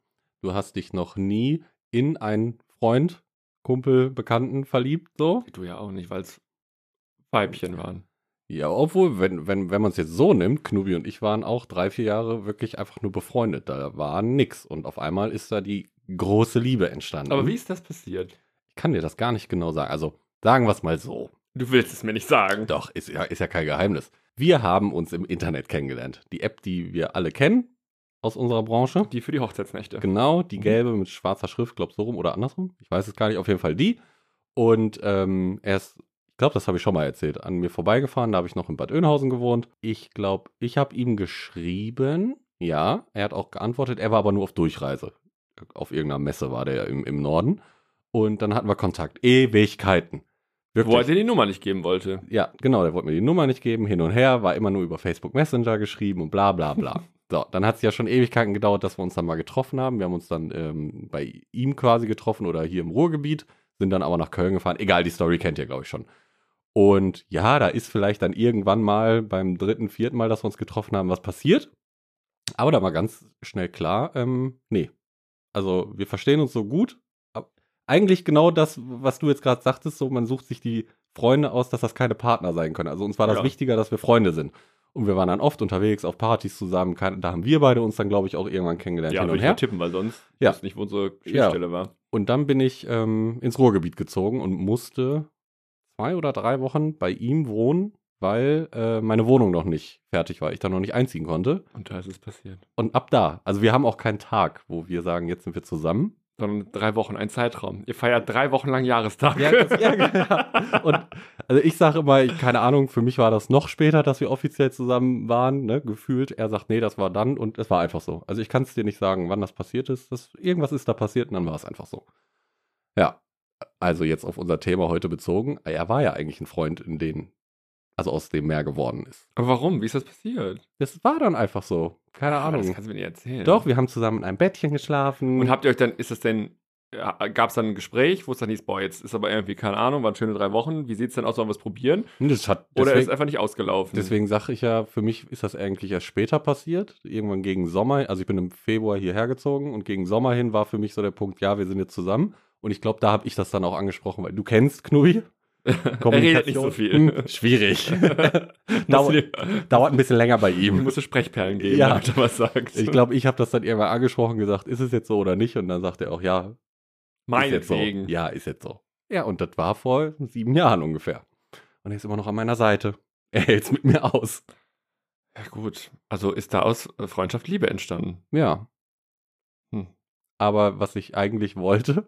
A: Du hast dich noch nie in einen Freund, Kumpel, Bekannten verliebt, so.
B: Du ja auch nicht, weil es Weibchen waren.
A: Ja, obwohl, wenn, wenn, wenn man es jetzt so nimmt, Knubi und ich waren auch drei, vier Jahre wirklich einfach nur befreundet. Da war nix. Und auf einmal ist da die große Liebe entstanden.
B: Aber wie ist das passiert?
A: Ich kann dir das gar nicht genau sagen. Also sagen wir es mal so.
B: Du willst es mir nicht sagen.
A: Doch, ist ja, ist ja kein Geheimnis. Wir haben uns im Internet kennengelernt. Die App, die wir alle kennen aus unserer Branche.
B: Die für die Hochzeitsnächte.
A: Genau, die
B: Mhm.
A: gelbe mit schwarzer Schrift, glaub so rum oder andersrum. Ich weiß es gar nicht, auf jeden Fall die. Und ähm, er ist, ich glaube, das habe ich schon mal erzählt, an mir vorbeigefahren. Da habe ich noch in Bad Oeynhausen gewohnt. Ich glaube, ich habe ihm geschrieben. Ja, er hat auch geantwortet. Er war aber nur auf Durchreise. Auf irgendeiner Messe war der im, im Norden. Und dann hatten wir Kontakt. Ewigkeiten.
B: Wo er dir die Nummer nicht geben wollte.
A: Ja, genau, der wollte mir die Nummer nicht geben, hin und her, war immer nur über Facebook Messenger geschrieben und bla bla bla. So, dann hat es ja schon Ewigkeiten gedauert, dass wir uns dann mal getroffen haben. Wir haben uns dann ähm, bei ihm quasi getroffen oder hier im Ruhrgebiet, sind dann aber nach Köln gefahren. Egal, die Story kennt ihr, glaube ich, schon. Und ja, da ist vielleicht dann irgendwann mal beim dritten, vierten Mal, dass wir uns getroffen haben, was passiert. Aber da war ganz schnell klar, ähm, nee. Also wir verstehen uns so gut. Ab- Eigentlich genau das, was du jetzt gerade sagtest, so man sucht sich die Freunde aus, dass das keine Partner sein können. Also uns war das
B: Ja.
A: wichtiger, dass wir Freunde sind. Und wir waren dann oft unterwegs auf Partys zusammen. Kein- Da haben wir beide uns dann, glaube ich, auch irgendwann kennengelernt.
B: Ja,
A: hin
B: würde
A: und
B: ich
A: her.
B: mal tippen, weil sonst
A: Ja.
B: ja. ist nicht, wo unsere
A: Ja.
B: Schnittstelle war.
A: Und dann bin ich ähm, ins Ruhrgebiet gezogen und musste zwei oder drei Wochen bei ihm wohnen, weil äh, meine Wohnung noch nicht fertig war, ich da noch nicht einziehen konnte.
B: Und da ist es passiert.
A: Und ab da, also wir haben auch keinen Tag, wo wir sagen, jetzt sind wir zusammen.
B: Sondern drei Wochen, ein Zeitraum. Ihr feiert drei Wochen lang Jahrestag.
A: Ja, das- ja, ja. Und also ich sage immer, ich, keine Ahnung, für mich war das noch später, dass wir offiziell zusammen waren, ne, gefühlt. Er sagt, nee, das war dann und es war einfach so. Also ich kann es dir nicht sagen, wann das passiert ist. Das, irgendwas ist da passiert und dann war es einfach so. Ja, also jetzt auf unser Thema heute bezogen. Er war ja eigentlich ein Freund, in den, also aus dem mehr geworden ist.
B: Aber warum? Wie ist das passiert?
A: Das war dann einfach so. Keine
B: Aber Das
A: Ahnung.
B: kannst du mir nicht erzählen.
A: Doch, wir haben zusammen in einem Bettchen geschlafen.
B: Und habt ihr euch dann, ist das denn, gab es dann ein Gespräch, wo es dann hieß, boah, jetzt ist aber irgendwie, keine Ahnung, waren schöne drei Wochen, wie sieht's denn aus, sollen wir es probieren?
A: das hat
B: Oder
A: deswegen-
B: ist einfach nicht ausgelaufen?
A: Deswegen sage ich ja, für mich ist das eigentlich erst später passiert. Irgendwann gegen Sommer, also ich bin im Februar hierher gezogen und gegen Sommer hin war für mich so der Punkt, ja, wir sind jetzt zusammen. Und ich glaube, da habe ich das dann auch angesprochen, weil du kennst Knubi.
B: er redet nicht so viel.
A: Hm, schwierig.
B: Musst
A: Dauert,
B: du dir-
A: dauert ein bisschen länger bei
B: ihm
A: ihm.
B: musst du Sprechperlen geben,
A: Ja.
B: damit er was sagt.
A: Ich glaube, ich habe das dann irgendwann angesprochen, gesagt, ist es jetzt so oder nicht? Und dann sagt er auch, ja, ist jetzt so.
B: meinetwegen.
A: Ja, ist jetzt so. Ja, und das war vor sieben Jahren ungefähr. Und er ist immer noch an meiner Seite. Er hält's mit mir aus.
B: Ja, gut. Also ist da aus äh, Freundschaft Liebe entstanden.
A: Ja.
B: Hm.
A: Aber was ich eigentlich wollte,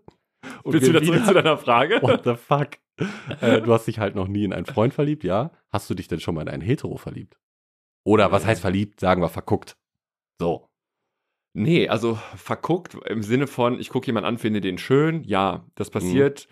A: Und
B: Bist du
A: wir
B: wieder zurück
A: wieder- Oh,
B: zu deiner Frage?
A: What the fuck? äh, du hast dich halt noch nie in einen Freund verliebt, ja? Hast du dich denn schon mal in einen Hetero verliebt? Oder was
B: Nee.
A: heißt verliebt? Sagen wir verguckt. So.
B: Nee, also verguckt im Sinne von, ich gucke jemanden an, finde den schön. Ja, das
A: Mhm.
B: passiert,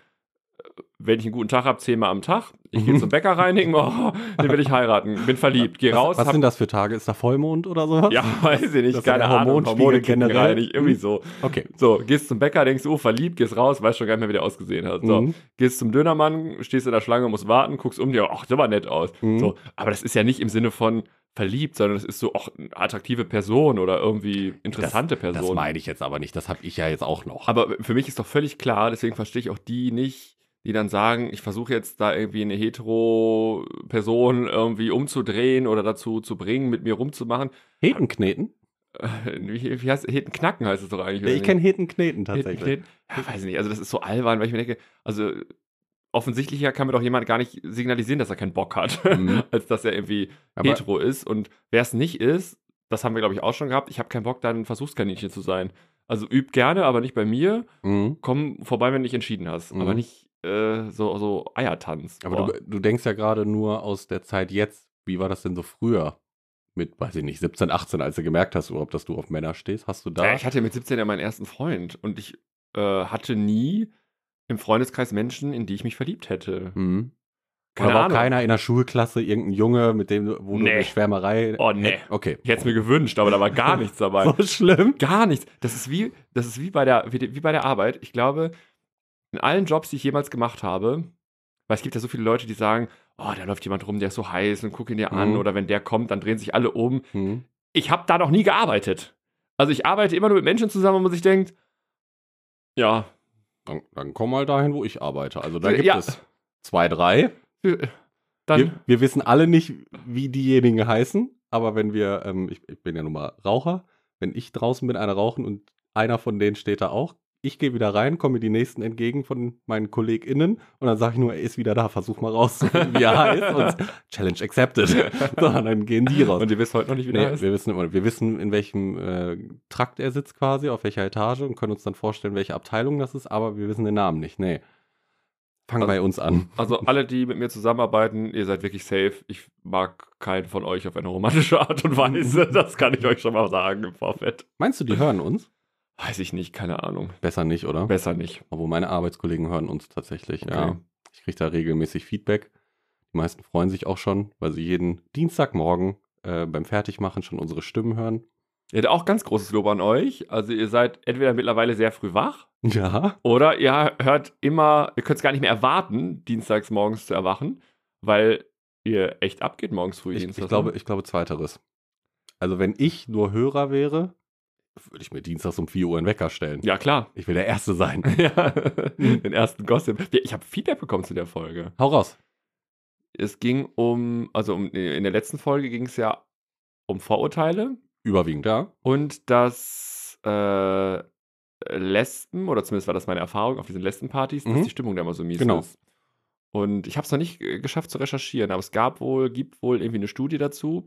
B: äh, wenn ich einen guten Tag habe, zehnmal am Tag. Ich gehe
A: Mhm.
B: zum Bäcker reinigen, oh, den will ich heiraten, bin verliebt, gehe raus.
A: was was
B: hab-
A: sind das für Tage? Ist da Vollmond oder sowas?
B: ja, weiß ich nicht,
A: das sind
B: keine
A: ja
B: Ahnung,
A: Hormonspiegel
B: Hormone kicken
A: generell. Mhm.
B: reinig, irgendwie so.
A: Okay.
B: So, gehst zum Bäcker, denkst, oh, verliebt, gehst raus, weißt schon gar nicht mehr, wie der ausgesehen hat. So,
A: Mhm.
B: gehst zum Dönermann, stehst in der Schlange, musst warten, guckst um dir, ach, sieht aber nett aus.
A: Mhm.
B: So, aber das ist ja nicht im Sinne von verliebt, sondern das ist so, ach, eine attraktive Person oder irgendwie interessante Person.
A: Das meine ich jetzt aber nicht. Das habe ich ja jetzt auch noch.
B: Aber für mich ist doch völlig klar, deswegen verstehe ich auch die nicht, die dann sagen, ich versuche jetzt da irgendwie eine Hetero-Person irgendwie umzudrehen oder dazu zu bringen, mit mir rumzumachen.
A: Heten kneten?
B: Äh, Wie, wie heißt Heten knacken heißt es doch eigentlich. oder
A: Ich
B: nicht?
A: kenne Heten kneten
B: Heten
A: tatsächlich.
B: kneten. Ja, weiß ich nicht. Also das ist so albern, weil ich mir denke, also offensichtlicher kann mir doch jemand gar nicht signalisieren, dass er keinen Bock hat,
A: Mhm.
B: als dass er irgendwie
A: Aber
B: hetero ist. Und wer es nicht ist, das haben wir, glaube ich, auch schon gehabt, ich habe keinen Bock, dann ein Versuchskaninchen zu sein. Also üb gerne, aber nicht bei mir.
A: Mhm.
B: komm vorbei, wenn du dich entschieden hast.
A: Mhm.
B: Aber nicht äh, so, so Eiertanz.
A: Aber
B: Boah.
A: du, du denkst ja gerade nur aus der Zeit jetzt, wie war das denn so früher? Mit, weiß ich nicht, 17, 18, als du gemerkt hast, überhaupt, dass du auf Männer stehst, hast du da.
B: Ja, ich hatte mit 17 ja meinen ersten Freund und ich äh, hatte nie im Freundeskreis Menschen, in die ich mich verliebt hätte.
A: Mhm.
B: Keine
A: Oder war auch
B: Ahnung.
A: keiner in der Schulklasse, irgendein Junge, mit dem, du- wo du
B: Nee.
A: eine Schwärmerei.
B: Oh, nee.
A: Okay.
B: Ich hätte es mir gewünscht, aber da war gar nichts dabei.
A: So schlimm.
B: Gar nichts. Das ist wie, das ist wie bei der, wie, die- wie bei der Arbeit. Ich glaube, in allen Jobs, die ich jemals gemacht habe, weil es gibt ja so viele Leute, die sagen, oh, da läuft jemand rum, der ist so heiß und guck ihn dir an.
A: Mhm.
B: Oder wenn der kommt, dann drehen sich alle um.
A: Mhm.
B: ich habe da noch nie gearbeitet. Also ich arbeite immer nur mit Menschen zusammen, wo man sich denkt, ja,
A: Dann, dann komm mal dahin, wo ich arbeite. Also da gibt
B: Ja.
A: es zwei, drei.
B: äh,
A: Wir,
B: dann
A: wir wissen alle nicht, wie diejenigen heißen, aber wenn wir, ähm, ich, ich bin ja nun mal Raucher, wenn ich draußen bin, einer rauchen und einer von denen steht da auch, ich gehe wieder rein, komme mir die nächsten entgegen von meinen KollegInnen und dann sage ich nur, er ist wieder da, versuch mal rauszufinden, wie er heißt. Und Challenge accepted. So, und dann gehen die raus.
B: ihr wisst heute noch nicht,
A: Nee, wir wissen immer, wir wissen, in welchem äh, Trakt er sitzt quasi, auf welcher Etage und können uns dann vorstellen, welche Abteilung das ist, aber wir wissen den Namen nicht. Nee. Fang bei uns an.
B: Also alle, die mit mir zusammenarbeiten, ihr seid wirklich safe. Ich mag keinen von euch auf eine romantische Art und Weise. Das kann ich euch schon mal sagen im Vorfeld.
A: Meinst du, die hören uns?
B: Weiß ich nicht, keine Ahnung.
A: Besser nicht, oder?
B: Besser nicht.
A: Obwohl meine Arbeitskollegen hören uns tatsächlich. Ja.
B: Okay.
A: Ich kriege da regelmäßig Feedback. Die meisten freuen sich auch schon, weil sie jeden Dienstagmorgen äh, beim Fertigmachen schon unsere Stimmen hören.
B: Ihr habt auch ganz großes Lob an euch. Also ihr seid entweder mittlerweile sehr früh wach
A: Ja.
B: Oder ihr hört immer, ihr könnt es gar nicht mehr erwarten, dienstags morgens zu erwachen, weil ihr echt abgeht morgens früh.
A: Ich,
B: dienstags,
A: ich, glaube,
B: ne?
A: ich glaube, zweiteres. Also, wenn ich nur Hörer wäre, würde ich mir dienstags um 4 Uhr einen Wecker stellen.
B: ja klar.
A: Ich will der Erste sein.
B: ja, den ersten Gossip. Ja, Ich habe Feedback bekommen zu der Folge.
A: Hau raus.
B: Es ging um, also um, in der letzten Folge ging es ja um Vorurteile
A: Überwiegend, ja.
B: und dass äh, Lesben, oder zumindest war das meine Erfahrung auf diesen Lesbenpartys,
A: Mhm.
B: dass die Stimmung da immer so mies
A: Genau.
B: ist. Und ich habe es noch nicht äh, geschafft zu recherchieren, aber es gab wohl, gibt wohl irgendwie eine Studie dazu,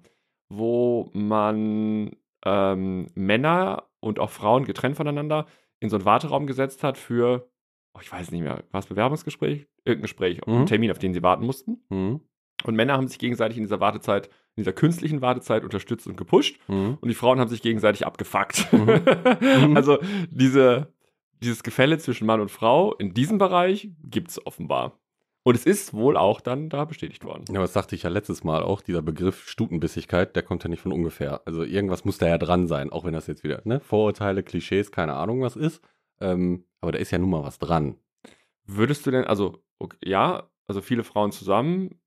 B: wo man ähm, Männer und auch Frauen getrennt voneinander in so einen Warteraum gesetzt hat für, oh, ich weiß nicht mehr, war es Bewerbungsgespräch? Irgendein Gespräch,
A: Mhm.
B: ein Termin, auf den sie warten mussten.
A: Mhm.
B: Und Männer haben sich gegenseitig in dieser Wartezeit, in dieser künstlichen Wartezeit unterstützt und gepusht
A: Mhm.
B: und die Frauen haben sich gegenseitig abgefuckt.
A: Mhm.
B: also diese, dieses Gefälle zwischen Mann und Frau in diesem Bereich gibt es offenbar. Und es ist wohl auch dann da bestätigt worden.
A: Ja, aber das sagte ich ja letztes Mal auch, dieser Begriff Stutenbissigkeit, der kommt ja nicht von ungefähr. Also irgendwas muss da ja dran sein, auch wenn das jetzt wieder, ne, Vorurteile, Klischees, keine Ahnung was ist. Ähm, aber da ist ja nun mal was dran.
B: Würdest du denn, also okay, ja, also viele Frauen zusammen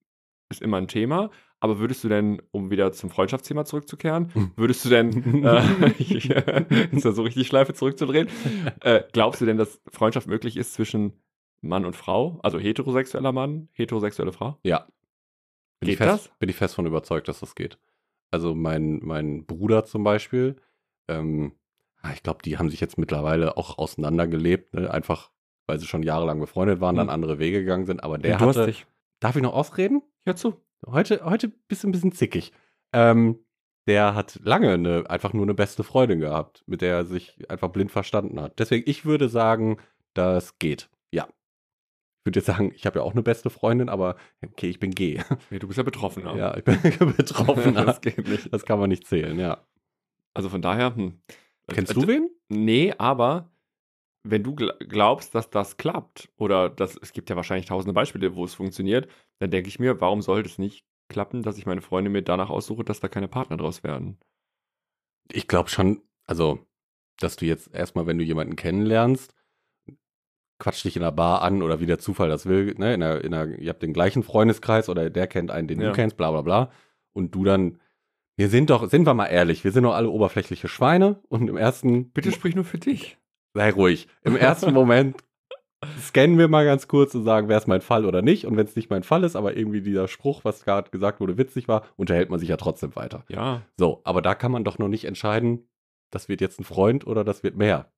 B: ist immer ein Thema, aber würdest du denn, um wieder zum Freundschaftsthema zurückzukehren,
A: Mhm.
B: würdest du denn, äh, ich ich versuche ich die Schleife zurückzudrehen, äh, glaubst du denn, dass Freundschaft möglich ist zwischen Mann und Frau, also heterosexueller Mann, heterosexuelle Frau?
A: Bin ich
B: Geht
A: fest,
B: das?
A: Bin ich fest von überzeugt, dass das geht. Also mein, mein Bruder zum Beispiel, ähm, ah, ich glaube, die haben sich jetzt mittlerweile auch auseinandergelebt, ne? einfach weil sie schon jahrelang befreundet waren, dann
B: Mhm.
A: andere Wege gegangen sind. Aber der
B: Du hast
A: hatte,
B: dich.
A: darf ich noch ausreden?
B: Hör zu.
A: Heute, heute bist du ein bisschen zickig. Ähm, der hat lange eine, einfach nur eine beste Freundin gehabt, mit der er sich einfach blind verstanden hat. Deswegen, ich würde sagen, Das geht. Ja. Ich würde jetzt sagen, ich habe ja auch eine beste Freundin, aber okay, ich bin G.
B: Nee, du bist ja ne? Betroffener.
A: Ja, ich bin betroffener.
B: Genau. das geht nicht.
A: Das kann man nicht zählen, ja.
B: Also von daher, hm.
A: Kennst du wen?
B: Nee, aber wenn du gl- glaubst, dass das klappt, oder das, es gibt ja wahrscheinlich tausende Beispiele, wo es funktioniert, dann denke ich mir, warum sollte es nicht klappen, dass ich meine Freunde mir danach aussuche, dass da keine Partner draus werden?
A: Ich glaube schon, also, dass du jetzt erstmal, wenn du jemanden kennenlernst, quatsch dich in einer Bar an oder wie der Zufall das will, ne, in einer, in einer, ihr habt den gleichen Freundeskreis oder der kennt einen, den
B: Ja.
A: du kennst, bla bla bla. Und du dann, wir sind doch, sind wir mal ehrlich, wir sind doch alle oberflächliche Schweine und im ersten,
B: Bitte sprich nur für dich.
A: sei ruhig, im ersten Moment scannen wir mal ganz kurz und sagen, wäre es mein Fall oder nicht. Und wenn es nicht mein Fall ist, aber irgendwie dieser Spruch, was gerade gesagt wurde, witzig war, unterhält man sich ja trotzdem weiter.
B: Ja.
A: So, aber da kann man doch noch nicht entscheiden, das wird jetzt ein Freund oder das wird mehr.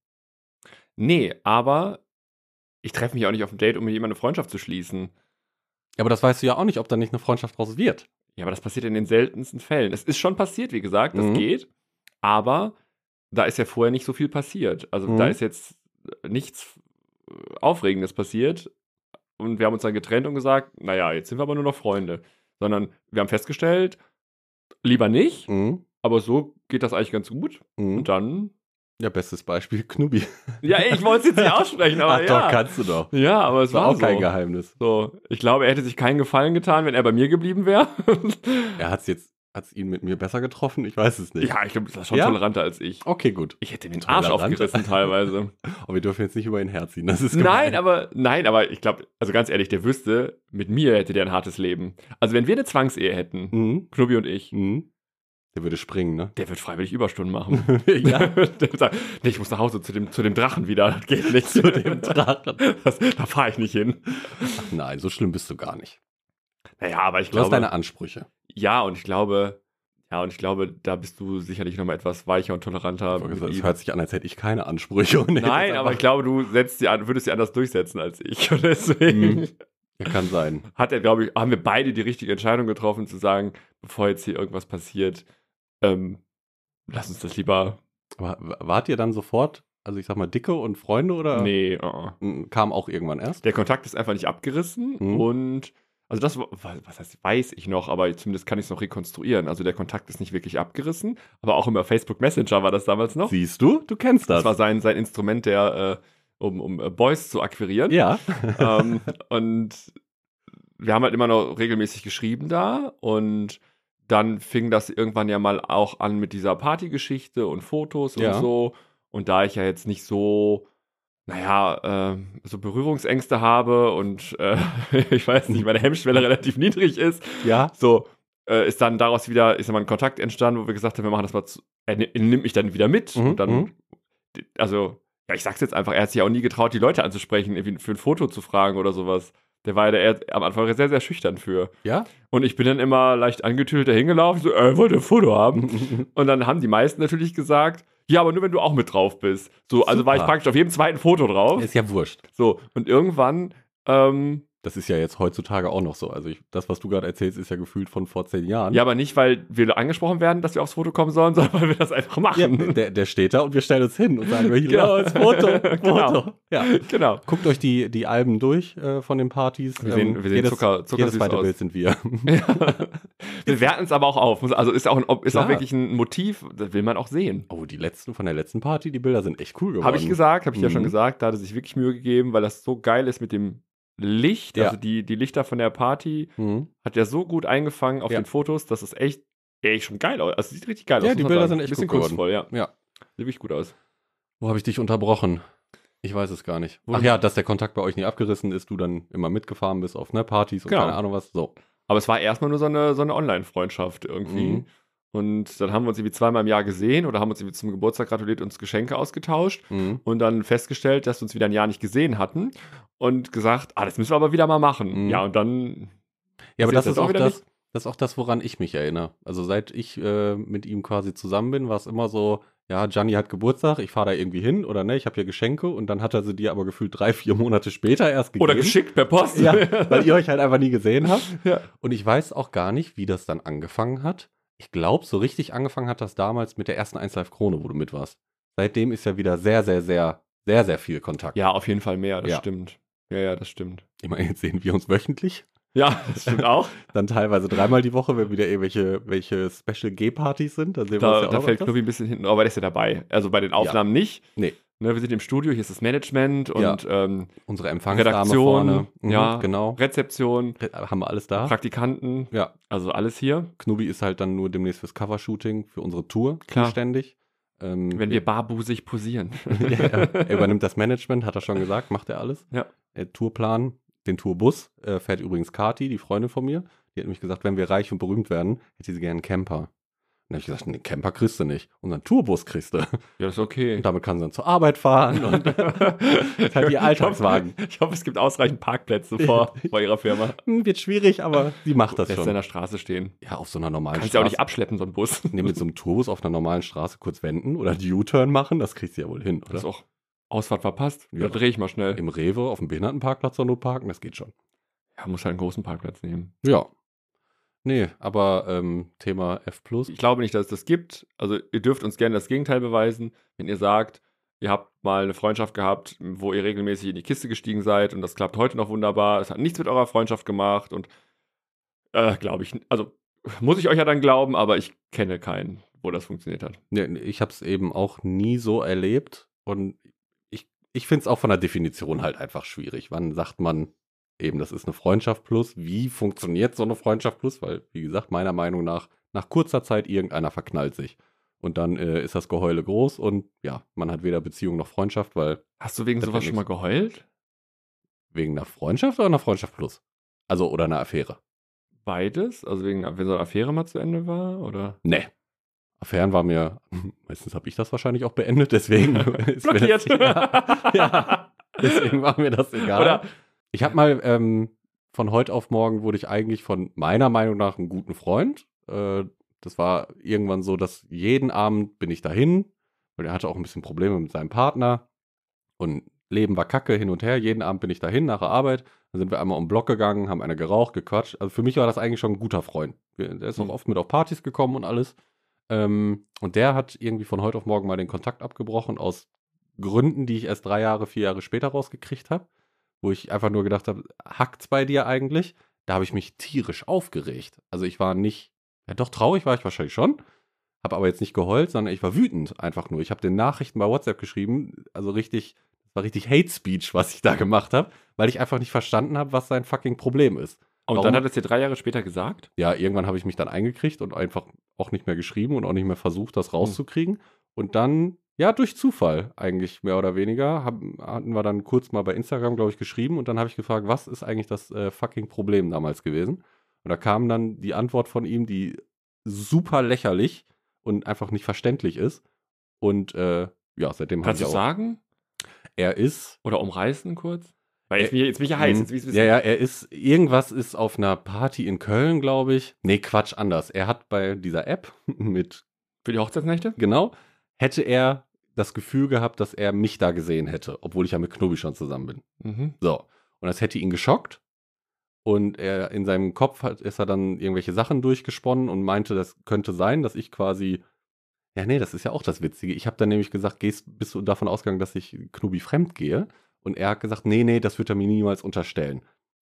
B: Nee, aber ich treffe mich auch nicht auf ein Date, um mit jemandem eine Freundschaft zu schließen.
A: Aber das weißt du ja auch nicht, ob da nicht eine Freundschaft draus wird.
B: Ja, aber das passiert in den seltensten Fällen. Es ist schon passiert, wie gesagt, das
A: Mhm.
B: geht. Aber da ist ja vorher nicht so viel passiert. Also
A: Mhm.
B: da ist jetzt nichts äh, Aufregendes passiert. Und wir haben uns dann getrennt und gesagt, naja, jetzt sind wir aber nur noch Freunde. Sondern wir haben festgestellt, lieber nicht,
A: Mhm.
B: aber so geht das eigentlich ganz gut.
A: Mhm.
B: Und dann.
A: Ja, bestes Beispiel, Knubi.
B: Ja, ey, ich wollte es jetzt nicht aussprechen, aber.
A: Ach doch,
B: ja.
A: kannst du doch.
B: ja, aber es
A: Das war
B: war
A: auch kein
B: so.
A: Geheimnis.
B: So, ich glaube, er hätte sich keinen Gefallen getan, wenn er bei mir geblieben wäre.
A: Er hat es jetzt, hat es ihn mit mir besser getroffen? Ich weiß es nicht.
B: ja, ich glaube, das war schon
A: Ja?
B: toleranter als ich.
A: Okay, gut.
B: Ich hätte den
A: Tolerant.
B: Arsch aufgerissen teilweise.
A: Aber wir dürfen jetzt nicht über ihn herziehen. Das ist
B: nein,
A: gemein.
B: aber nein, aber ich glaube, also ganz ehrlich, der wüsste, mit mir hätte der ein hartes Leben. Also wenn wir eine Zwangsehe hätten,
A: Mhm.
B: Knubi und ich,
A: Mhm. Der würde springen, ne?
B: der wird freiwillig Überstunden machen.
A: ja.
B: der wird sagen, nee, ich muss nach Hause zu dem, zu dem Drachen wieder. Das geht nicht.
A: Zu dem Drachen.
B: Das, da fahre ich nicht hin.
A: Ach nein, so schlimm bist du gar nicht.
B: Naja, aber ich
A: Du hast
B: glaube.
A: deine Ansprüche.
B: ja, und ich glaube, ja, und ich glaube, da bist du sicherlich nochmal etwas weicher und toleranter. mit
A: Es
B: ihm.
A: hört sich an, als hätte ich keine Ansprüche. und hätte es
B: Nein, aber
A: einfach-
B: ich glaube, du setzt die an, würdest sie anders durchsetzen als ich. Und deswegen.
A: Mhm. Ja, kann sein.
B: hat er, glaube ich, haben wir beide die richtige Entscheidung getroffen, zu sagen, bevor jetzt hier irgendwas passiert, ähm, lass uns das lieber.
A: Aber w- wart ihr dann sofort, also ich sag mal, Dicke und Freunde oder
B: Nee, uh-uh.
A: M, kam auch irgendwann erst?
B: der Kontakt ist einfach nicht abgerissen
A: Mhm.
B: und also das, wa- was heißt, weiß ich noch, aber zumindest kann ich es noch rekonstruieren. Also der Kontakt ist nicht wirklich abgerissen, aber auch über Facebook Messenger war das damals noch.
A: Siehst du, du kennst
B: Das war sein, sein Instrument, der, äh, um, um äh, Boys zu akquirieren.
A: ja.
B: ähm, und wir haben halt immer noch regelmäßig geschrieben da und dann fing das irgendwann ja mal auch an mit dieser Partygeschichte und Fotos und
A: Ja.
B: so. Und da ich ja jetzt nicht so, naja, äh, so Berührungsängste habe und äh, ich weiß nicht, meine Hemmschwelle relativ niedrig ist,
A: ja.
B: so äh, ist dann daraus wieder, ist mal ein Kontakt entstanden, wo wir gesagt haben, wir machen das mal, zu, er, ni- er nimmt mich dann wieder mit
A: Mhm,
B: und dann,
A: mhm.
B: also, ja, ich sag's jetzt einfach, er hat sich ja auch nie getraut, die Leute anzusprechen, irgendwie für ein Foto zu fragen oder sowas. Der war ja der, er, am Anfang sehr, sehr schüchtern für.
A: Ja.
B: Und ich bin dann immer leicht angetüdelt dahingelaufen, so, äh, wollt ihr ein Foto haben? Und dann haben die meisten natürlich gesagt, ja, aber nur wenn du auch mit drauf bist. So, also war ich
A: Super.
B: praktisch auf jedem zweiten Foto drauf.
A: Ist ja wurscht.
B: So, und irgendwann, ähm,
A: Das ist ja jetzt heutzutage auch noch so. Also ich, das, was du gerade erzählst, ist ja gefühlt von vor zehn Jahren.
B: Ja, aber nicht, weil wir angesprochen werden, dass wir aufs Foto kommen sollen, sondern weil wir das einfach
A: Ja,
B: machen.
A: der, der steht da und wir stellen uns hin und sagen, hier,
B: Genau.
A: das Foto, Foto.
B: Genau.
A: Ja.
B: genau.
A: Guckt euch die, die Alben durch äh, von den Partys. Ähm,
B: Wir sehen, wir sehen
A: jedes,
B: Zucker,
A: jedes
B: zuckersüß
A: zweite
B: aus.
A: Bild sind wir.
B: wir werten es aber auch auf. Muss- Also ist auch, ein, ob- ist auch
A: Klar.
B: wirklich ein Motiv, das will man auch sehen.
A: Oh, die letzten von der letzten Party, die Bilder sind echt cool geworden.
B: Habe ich gesagt, habe ich ja
A: Mhm.
B: schon gesagt, da hat er sich wirklich Mühe gegeben, weil das so geil ist mit dem Licht.
A: Ja.
B: Also die, die Lichter von der Party
A: Mhm.
B: hat er so gut eingefangen auf
A: Ja.
B: den Fotos, dass es echt, echt schon geil aus. Also sieht richtig geil
A: Ja,
B: aus.
A: die
B: muss man
A: Bilder sind
B: sagen.
A: echt
B: Bisschen
A: gut geworden.
B: kunstvoll, ja.
A: Ja.
B: Sieht wirklich gut aus.
A: Wo habe ich dich unterbrochen? Ich weiß es gar nicht.
B: Wo-
A: Ach ja, dass der Kontakt bei euch nie abgerissen ist, du dann immer mitgefahren bist auf ne, Partys und
B: Genau.
A: keine Ahnung was. So.
B: Aber es war erstmal nur so eine, so eine Online-Freundschaft irgendwie.
A: Mhm.
B: Und dann haben wir uns irgendwie zweimal im Jahr gesehen oder haben uns irgendwie zum Geburtstag gratuliert, uns Geschenke ausgetauscht
A: Mhm.
B: und dann festgestellt, dass wir uns wieder ein Jahr nicht gesehen hatten und gesagt, ah, das müssen wir aber wieder mal machen.
A: Mhm.
B: Ja, und dann,
A: Ja, aber
B: Ist
A: das
B: jetzt
A: ist,
B: auch
A: auch
B: wieder
A: das, das ist auch das, woran ich mich erinnere. Also seit ich äh, mit ihm quasi zusammen bin, war es immer so, ja, Gianni hat Geburtstag, ich fahre da irgendwie hin oder ne, ich habe hier Geschenke und dann hat er sie dir aber gefühlt drei, vier Monate später erst gegeben.
B: oder geschickt per Post.
A: Ja, weil ihr euch halt einfach nie gesehen habt.
B: Ja.
A: Und ich weiß auch gar nicht, wie das dann angefangen hat. Ich glaube, so richtig angefangen hat das damals mit der ersten 1 Live Krone, wo du mit warst. Seitdem ist ja wieder sehr, sehr, sehr Sehr, sehr viel Kontakt.
B: Ja, auf jeden Fall mehr, das
A: Ja.
B: stimmt. Ja, ja, das stimmt.
A: Immerhin sehen wir uns wöchentlich.
B: Ja, das stimmt auch.
A: Dann teilweise dreimal die Woche, wenn wieder irgendwelche welche Special G-Partys sind. Dann sehen wir uns
B: Da,
A: ja
B: da
A: auch
B: fällt
A: noch
B: Knobi ein bisschen hinten, aber der ist ja dabei. Also bei den Aufnahmen nicht.
A: Nee.
B: Ne, wir sind im Studio, hier ist das Management
A: Ja.
B: und ähm,
A: Unsere Empfangsdame
B: Redaktion,
A: vorne. Mhm,
B: ja.
A: Genau.
B: Rezeption,
A: Re- Haben wir alles da.
B: Praktikanten,
A: Ja.
B: also alles hier.
A: Knubi ist halt dann nur demnächst fürs Covershooting, für unsere Tour
B: Klar.
A: zuständig. Ähm,
B: Wenn wir barbusig posieren.
A: ja, er übernimmt das Management, hat er schon gesagt, macht er alles.
B: Ja.
A: Äh, Tourplan, den Tourbus, äh, fährt übrigens Kati, die Freundin von mir. Die hat nämlich gesagt, wenn wir reich und berühmt werden, hätte sie gerne einen Camper. Und dann habe ich gesagt, einen Camper kriegst du nicht, unseren Tourbus kriegst du.
B: Ja, das ist okay.
A: Und damit kann sie dann zur Arbeit fahren. Und
B: ist
A: halt ihr Alltagswagen.
B: Ich hoffe, ich hoffe, es gibt ausreichend Parkplätze vor, bei ihrer Firma.
A: hm, wird schwierig, aber sie macht das
B: Lässt er in
A: schon.
B: der Straße stehen.
A: Ja, auf so einer normalen
B: Kannst ja auch nicht abschleppen, so einen Bus.
A: Nee, mit so einem Tourbus auf einer normalen Straße kurz wenden oder einen U-Turn machen, das kriegst du ja wohl hin,
B: Das ist
A: oder?
B: auch Ausfahrt verpasst.
A: Ja.
B: Da drehe ich mal schnell.
A: Im Rewe auf dem Behindertenparkplatz oder nur parken, das geht schon.
B: Ja, muss halt einen großen Parkplatz nehmen.
A: Ja. Nee, aber ähm, Thema F.
B: Ich glaube nicht, dass es das gibt. Also ihr dürft uns gerne das Gegenteil beweisen, wenn ihr sagt, ihr habt mal eine Freundschaft gehabt, wo ihr regelmäßig in die Kiste gestiegen seid und das klappt heute noch wunderbar. Es hat nichts mit eurer Freundschaft gemacht und äh, glaube ich, also muss ich euch ja dann glauben, aber ich kenne keinen, wo das funktioniert hat.
A: Nee, nee, Ne, ich habe es eben auch nie so erlebt und ich, ich finde es auch von der Definition halt einfach schwierig. Wann sagt man eben, das ist eine Freundschaft plus? Wie funktioniert so eine Freundschaft plus? Weil, wie gesagt, meiner Meinung nach, nach kurzer Zeit irgendeiner verknallt sich. Und dann äh, ist das Geheule groß und ja, man hat weder Beziehung noch Freundschaft, weil
B: Hast du wegen
A: Das
B: sowas
A: wär
B: schon mal geheult?
A: wegen einer Freundschaft oder einer Freundschaft plus? Also, oder einer Affäre?
B: Beides? Also wegen, wenn so eine Affäre mal zu Ende war? Oder?
A: Nee. Ne. Affären war mir, meistens habe ich das wahrscheinlich auch beendet, deswegen ist mir das-
B: Blockiert!
A: Ja, ja, Deswegen war mir das egal.
B: Oder?
A: Ich habe mal ähm, von heute auf morgen wurde ich eigentlich von meiner Meinung nach einem guten Freund. Äh, das war irgendwann so, dass jeden Abend bin ich dahin, weil er hatte auch ein bisschen Probleme mit seinem Partner und Leben war kacke hin und her. Jeden Abend bin ich dahin nach der Arbeit. Dann sind wir einmal um den Block gegangen, haben eine geraucht, gequatscht. Also für mich war das eigentlich schon ein guter Freund. Wir- Der ist auch
B: Mhm.
A: oft mit auf Partys gekommen und alles. Ähm, und der hat irgendwie von heute auf morgen mal den Kontakt abgebrochen aus Gründen, die ich erst drei Jahre, vier Jahre später rausgekriegt habe, wo ich einfach nur gedacht habe, hackt's bei dir eigentlich? Da habe ich mich tierisch aufgeregt. Also ich war nicht, ja doch traurig war ich wahrscheinlich schon, habe aber jetzt nicht geheult, sondern ich war wütend einfach nur. Ich habe den Nachrichten bei WhatsApp geschrieben, also richtig, das war richtig Hate Speech, was ich da gemacht habe, weil ich einfach nicht verstanden habe, was sein fucking Problem ist.
B: Und
A: Warum?
B: dann hat es dir drei Jahre später gesagt?
A: ja, irgendwann habe ich mich dann eingekriegt und einfach auch nicht mehr geschrieben und auch nicht mehr versucht, das
B: Hm.
A: rauszukriegen. Und dann, ja, durch Zufall eigentlich mehr oder weniger, haben, hatten wir dann kurz mal bei Instagram, glaube ich, geschrieben und dann habe ich gefragt, was ist eigentlich das äh, fucking Problem damals gewesen? Und da kam dann die Antwort von ihm, die super lächerlich und einfach nicht verständlich ist. Und äh, ja, seitdem habe
B: Kannst
A: ich
B: du
A: auch.
B: sagen?
A: Er ist
B: Oder umreißen kurz? Weil
A: Äh,
B: jetzt bin ich, jetzt bin ich ja heiß. Jetzt bin ich ein
A: ja, ja, er ist, irgendwas ist auf einer Party in Köln, glaube ich. Nee, Quatsch, anders. Er hat bei dieser App mit,
B: Für die Hochzeitsnächte?
A: genau, hätte er das Gefühl gehabt, dass er mich da gesehen hätte, obwohl ich ja mit Knobi schon zusammen bin.
B: Mhm.
A: So. Und das hätte ihn geschockt. Und er in seinem Kopf hat, ist er dann irgendwelche Sachen durchgesponnen und meinte, das könnte sein, dass ich quasi. Ja, nee, das ist ja auch das Witzige. Ich habe dann nämlich gesagt, gehst, bist du davon ausgegangen, dass ich Knubi fremd gehe? Und er hat gesagt, nee, nee, das wird er mir niemals unterstellen.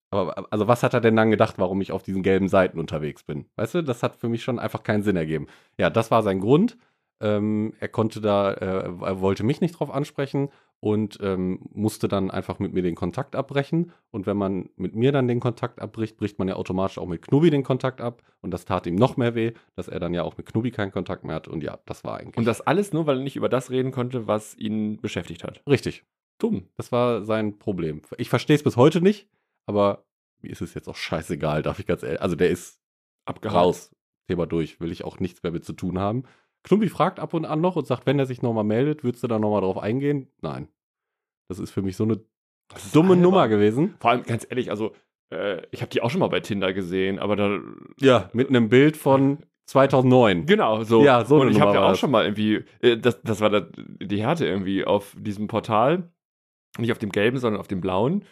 A: Aber also was hat er denn dann gedacht, warum ich auf diesen gelben Seiten unterwegs bin? Weißt du, das hat für mich schon einfach keinen Sinn ergeben. Ja, das war sein Grund. Ähm, er konnte da, äh, er wollte mich nicht drauf ansprechen und ähm, musste dann einfach mit mir den Kontakt abbrechen. Und wenn man mit mir dann den Kontakt abbricht, bricht man ja automatisch auch mit Knubi den Kontakt ab. Und das tat ihm noch mehr weh, dass er dann ja auch mit Knubi keinen Kontakt mehr hat. Und ja, das war eigentlich.
B: Und das alles nur, weil er nicht über das reden konnte, was ihn beschäftigt hat.
A: richtig.
B: Dumm.
A: Das war sein Problem. Ich verstehe es bis heute nicht, aber mir ist es jetzt auch scheißegal, darf ich ganz ehrlich. Also der ist
B: Abgehakt.
A: raus. Thema durch, will ich auch nichts mehr mit zu tun haben. Klumpi fragt ab und an noch und sagt, wenn er sich nochmal meldet, würdest du da nochmal drauf eingehen? Nein. Das ist für mich so eine
B: Das ist
A: dumme
B: albern.
A: Nummer gewesen.
B: Vor allem, ganz ehrlich, also, äh, ich habe die auch schon mal bei Tinder gesehen, aber da.
A: Ja, mit einem Bild von 2009.
B: Genau, so.
A: Ja, so
B: Und
A: eine
B: ich habe
A: Nummer
B: ja
A: war
B: auch
A: das.
B: schon mal irgendwie. Äh, das, das war da, die Härte irgendwie auf diesem Portal. Nicht auf dem gelben, sondern auf dem blauen.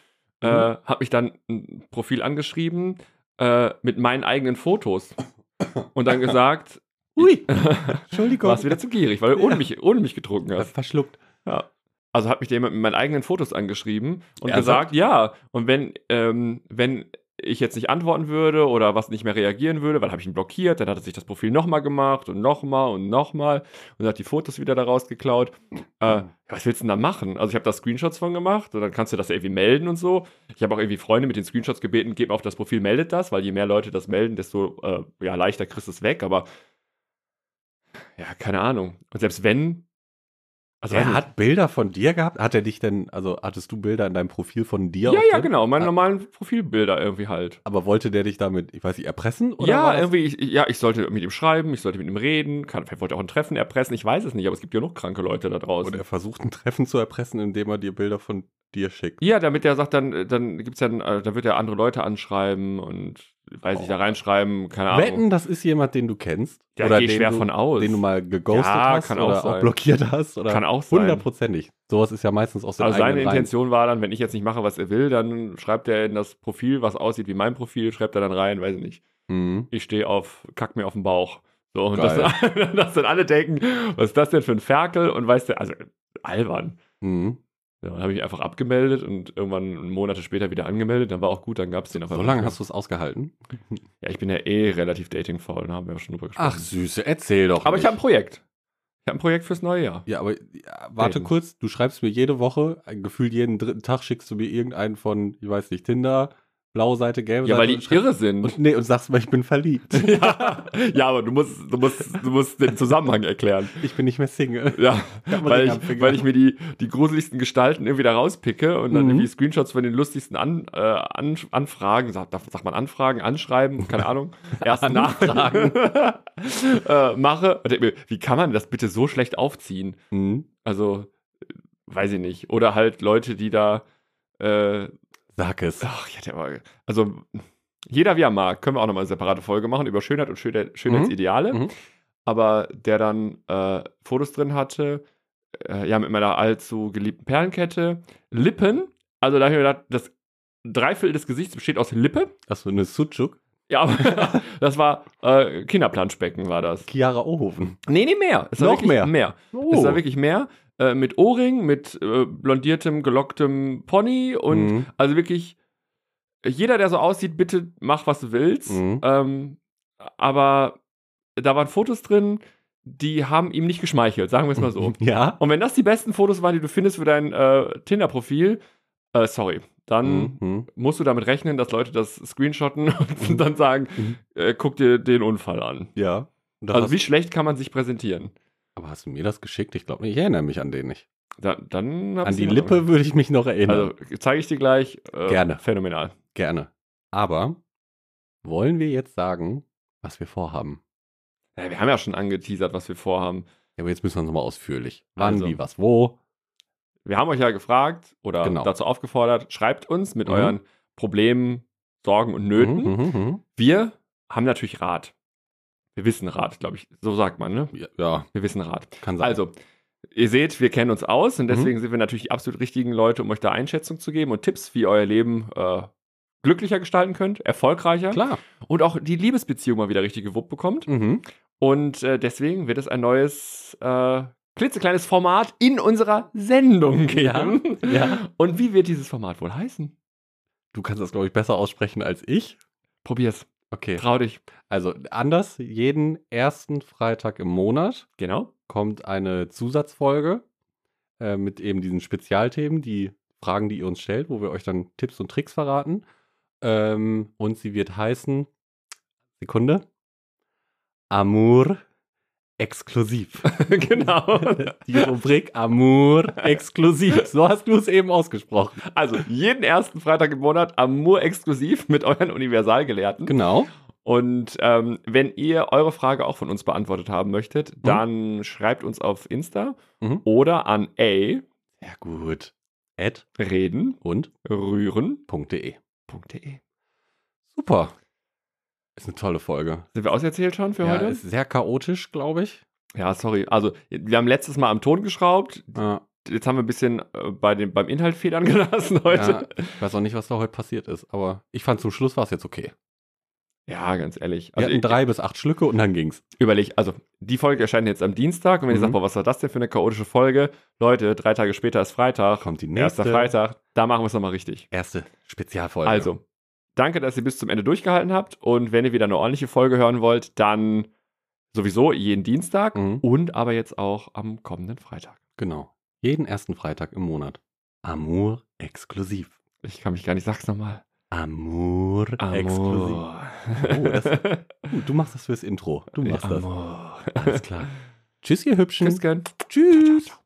B: Äh,
A: Mhm.
B: habe mich dann ein Profil angeschrieben äh, mit meinen eigenen Fotos. Und dann gesagt,
A: Ui,
B: warst
A: Entschuldigung.
B: wieder zu gierig, weil du ohne, mich, ohne mich getrunken hast.
A: verschluckt.
B: Ja. Also hat mich da jemand mit meinen eigenen Fotos angeschrieben und
A: Ernsthaft?
B: gesagt, ja. Und wenn, ähm, wenn ich jetzt nicht antworten würde oder was nicht mehr reagieren würde, weil habe ich ihn blockiert, dann hat er sich das Profil nochmal gemacht und nochmal und nochmal und hat die Fotos wieder daraus geklaut. Äh,
A: Hm.
B: ja, was willst du denn da machen? Also ich habe da Screenshots von gemacht und dann kannst du das irgendwie melden und so. Ich habe auch irgendwie Freunde mit den Screenshots gebeten, gebt auf das Profil, meldet das, weil je mehr Leute das melden, desto äh, ja, leichter kriegst du es weg. Aber ja, keine Ahnung. Und selbst wenn, also weiß
A: er
B: nicht.
A: hat Bilder von dir gehabt? Hat er dich denn, also hattest du Bilder in deinem Profil von dir?
B: ja,
A: auch
B: ja,
A: drin?
B: genau, meine
A: Ah.
B: normalen Profilbilder irgendwie halt.
A: Aber wollte der dich damit, ich weiß nicht, erpressen? Oder war das-
B: ja, irgendwie, ich, ja, ich sollte mit ihm schreiben, ich sollte mit ihm reden, kann, vielleicht wollte er auch ein Treffen erpressen, ich weiß es nicht, aber es gibt ja noch kranke Leute da draußen.
A: Und er versucht ein Treffen zu erpressen, indem er dir Bilder von dir schickt.
B: ja, damit er sagt, dann, dann gibt's ja, äh, da wird er andere Leute anschreiben und, weiß ich, da reinschreiben, keine Ahnung.
A: Oh. Wetten, das ist jemand, den du kennst.
B: Ja,
A: oder
B: gehe ich
A: den
B: schwer
A: du,
B: von aus.
A: Den du mal geghostet
B: Ja,
A: hast
B: kann auch
A: oder
B: sein.
A: blockiert hast. Oder
B: Kann auch sein.
A: Hundertprozentig. Sowas ist ja meistens aus den
B: Also seine
A: eigenen Reihen.
B: Intention war dann, wenn ich jetzt nicht mache, was er will, dann schreibt er in das Profil, was aussieht wie mein Profil, schreibt er dann rein, weiß ich nicht.
A: Mhm.
B: Ich stehe auf, kack mir auf den Bauch. So, und dass,
A: Geil.
B: dass dann alle denken, was ist das denn für ein Ferkel? Und weißt du, also albern.
A: Mhm.
B: Ja, dann habe ich mich einfach abgemeldet und irgendwann Monate später wieder angemeldet, dann war auch gut, dann gab es den auf
A: So lange hast du es ausgehalten?
B: Ja, ich bin ja eh relativ datingfaul, da haben wir ja schon drüber gesprochen.
A: Ach, Süße, erzähl doch.
B: Aber ich
A: nicht.
B: habe ein Projekt. Ich habe ein Projekt fürs neue Jahr.
A: Ja, aber ja, warte
B: Reden.
A: kurz, du schreibst mir jede Woche, ein Gefühl jeden dritten Tag schickst du mir irgendeinen von, ich weiß nicht, Tinder, blaue Seite, gelbe
B: Ja,
A: Seite.
B: weil die
A: und schreibst-
B: irre sind.
A: und, nee, und sagst mir, ich bin verliebt.
B: ja, ja, aber du musst, du, musst, du musst den Zusammenhang erklären.
A: Ich bin nicht mehr Single.
B: Ja,
A: Kann man
B: weil
A: den am
B: ich,
A: Finger.
B: weil ich mir die, die gruseligsten Gestalten irgendwie da rauspicke und dann
A: Mhm.
B: irgendwie Screenshots von den lustigsten an, äh, an, Anfragen, sagt, sagt man Anfragen, Anschreiben, keine Ahnung, erste Nachfragen äh, mache. Und denk mir, Wie kann man das bitte so schlecht aufziehen?
A: Mhm.
B: Also, äh, weiß ich nicht. Oder halt Leute, die da, äh,
A: Sag es.
B: ach, ich hatte aber, also jeder wie er mag, können wir auch nochmal eine separate Folge machen über Schönheit und Schönheit, Schönheitsideale.
A: Mhm.
B: Aber der dann äh, Fotos drin hatte, äh, ja, mit meiner allzu geliebten Perlenkette, Lippen, also da habe ich mir gedacht, das Dreiviertel des Gesichts besteht aus Lippe.
A: Achso, eine Sucuk.
B: Ja, aber das war äh, Kinderplanschbecken war das.
A: Chiara Ohoven.
B: Nee, nee, mehr. Es war
A: Noch
B: wirklich
A: mehr.
B: mehr.
A: Oh.
B: Es war wirklich mehr. Äh, mit Ohrring, mit äh, blondiertem, gelocktem Pony und
A: Mhm.
B: also wirklich jeder, der so aussieht, bitte mach, was du willst.
A: Mhm.
B: Ähm, aber da waren Fotos drin, die haben ihm nicht geschmeichelt, sagen wir es mal so.
A: Ja.
B: und wenn das die besten Fotos waren, die du findest für dein äh, Tinder-Profil, äh, sorry, dann
A: Mhm.
B: musst du damit rechnen, dass Leute das screenshotten und dann sagen,
A: Mhm.
B: äh, guck dir den Unfall an.
A: Ja. Und das
B: Also
A: hast,
B: wie schlecht kann man sich präsentieren?
A: aber hast du mir das geschickt? Ich glaube nicht. Ich erinnere mich an den nicht.
B: Da, dann hab
A: An
B: ich's
A: die
B: immer noch.
A: Lippe würde ich mich noch erinnern.
B: Also zeige ich dir gleich. Äh,
A: Gerne.
B: Phänomenal.
A: Gerne. Aber wollen wir jetzt sagen, was wir vorhaben?
B: Ja, wir haben ja schon angeteasert, was wir vorhaben.
A: Ja, aber jetzt müssen wir es nochmal ausführlich. Wann,
B: Also.
A: wie, was, wo?
B: Wir haben euch ja gefragt oder
A: Genau.
B: dazu aufgefordert, schreibt uns mit
A: Mhm.
B: euren Problemen, Sorgen und Nöten.
A: Mhm, mhm, mhm.
B: Wir haben natürlich Rat. Wir wissen Rat, glaube ich. So sagt man, ne?
A: Ja, ja,
B: Wir wissen Rat.
A: kann sein.
B: Also, ihr seht, wir kennen uns aus
A: Mhm.
B: und deswegen sind wir natürlich die absolut richtigen Leute, um euch da Einschätzung zu geben und Tipps, wie ihr euer Leben äh, glücklicher gestalten könnt, erfolgreicher
A: klar.
B: und auch die Liebesbeziehung mal wieder richtig gewuppt bekommt.
A: Mhm.
B: Und äh, deswegen wird es ein neues, äh, klitzekleines Format in unserer Sendung geben.
A: Ja.
B: Und wie wird dieses Format wohl heißen?
A: Du kannst das, glaube ich, besser aussprechen als ich.
B: Probier's.
A: Okay.
B: Trau dich.
A: Also anders, jeden ersten Freitag im Monat
B: Genau.
A: kommt eine Zusatzfolge äh, mit eben diesen Spezialthemen, die Fragen, die ihr uns stellt, wo wir euch dann Tipps und Tricks verraten. Ähm, und sie wird heißen, Sekunde, Amour exklusiv.
B: genau.
A: Die Rubrik Amour exklusiv. So hast du es eben ausgesprochen.
B: Also jeden ersten Freitag im Monat Amour exklusiv mit euren Universalgelehrten.
A: Genau.
B: Und ähm, wenn ihr eure Frage auch von uns beantwortet haben möchtet, dann schreibt uns auf Insta
A: Mhm.
B: oder an A
A: Ja, gut. At
B: reden
A: und
B: rühren.de.
A: .de. Super. Ist eine tolle Folge.
B: Sind wir auserzählt schon für
A: ja,
B: heute?
A: Ist sehr chaotisch, glaube ich.
B: Ja, sorry. Also, wir haben letztes Mal am Ton geschraubt.
A: Ja,
B: Jetzt haben wir ein bisschen äh, bei den, beim Inhalt Federn gelassen heute.
A: ja, ich weiß auch nicht, was da heute passiert ist, aber ich fand zum Schluss war es jetzt okay.
B: Ja, ganz ehrlich.
A: Wir
B: Also
A: hatten
B: ich,
A: drei bis acht Schlücke und dann ging's.
B: überleg, also die Folge erscheint jetzt am Dienstag und wenn ihr
A: Mhm.
B: sagt, boah, was war das denn für eine chaotische Folge? Leute, drei Tage später ist Freitag.
A: Kommt die nächste.
B: Erster Freitag, da machen wir es nochmal richtig.
A: Erste Spezialfolge.
B: Also, danke, dass ihr bis zum Ende durchgehalten habt. Und wenn ihr wieder eine ordentliche Folge hören wollt, dann sowieso jeden Dienstag
A: Mhm.
B: und aber jetzt auch am kommenden Freitag.
A: Genau. Jeden ersten Freitag im Monat. Amour exklusiv.
B: Ich kann mich gar nicht, sag's nochmal.
A: Amour, exklusiv.
B: Amor.
A: Oh, das- Gut, du machst das fürs Intro. Du machst das.
B: Amor.
A: Alles klar. Tschüss, ihr Hübschen.
B: Tschüss, gern.
A: Tschüss.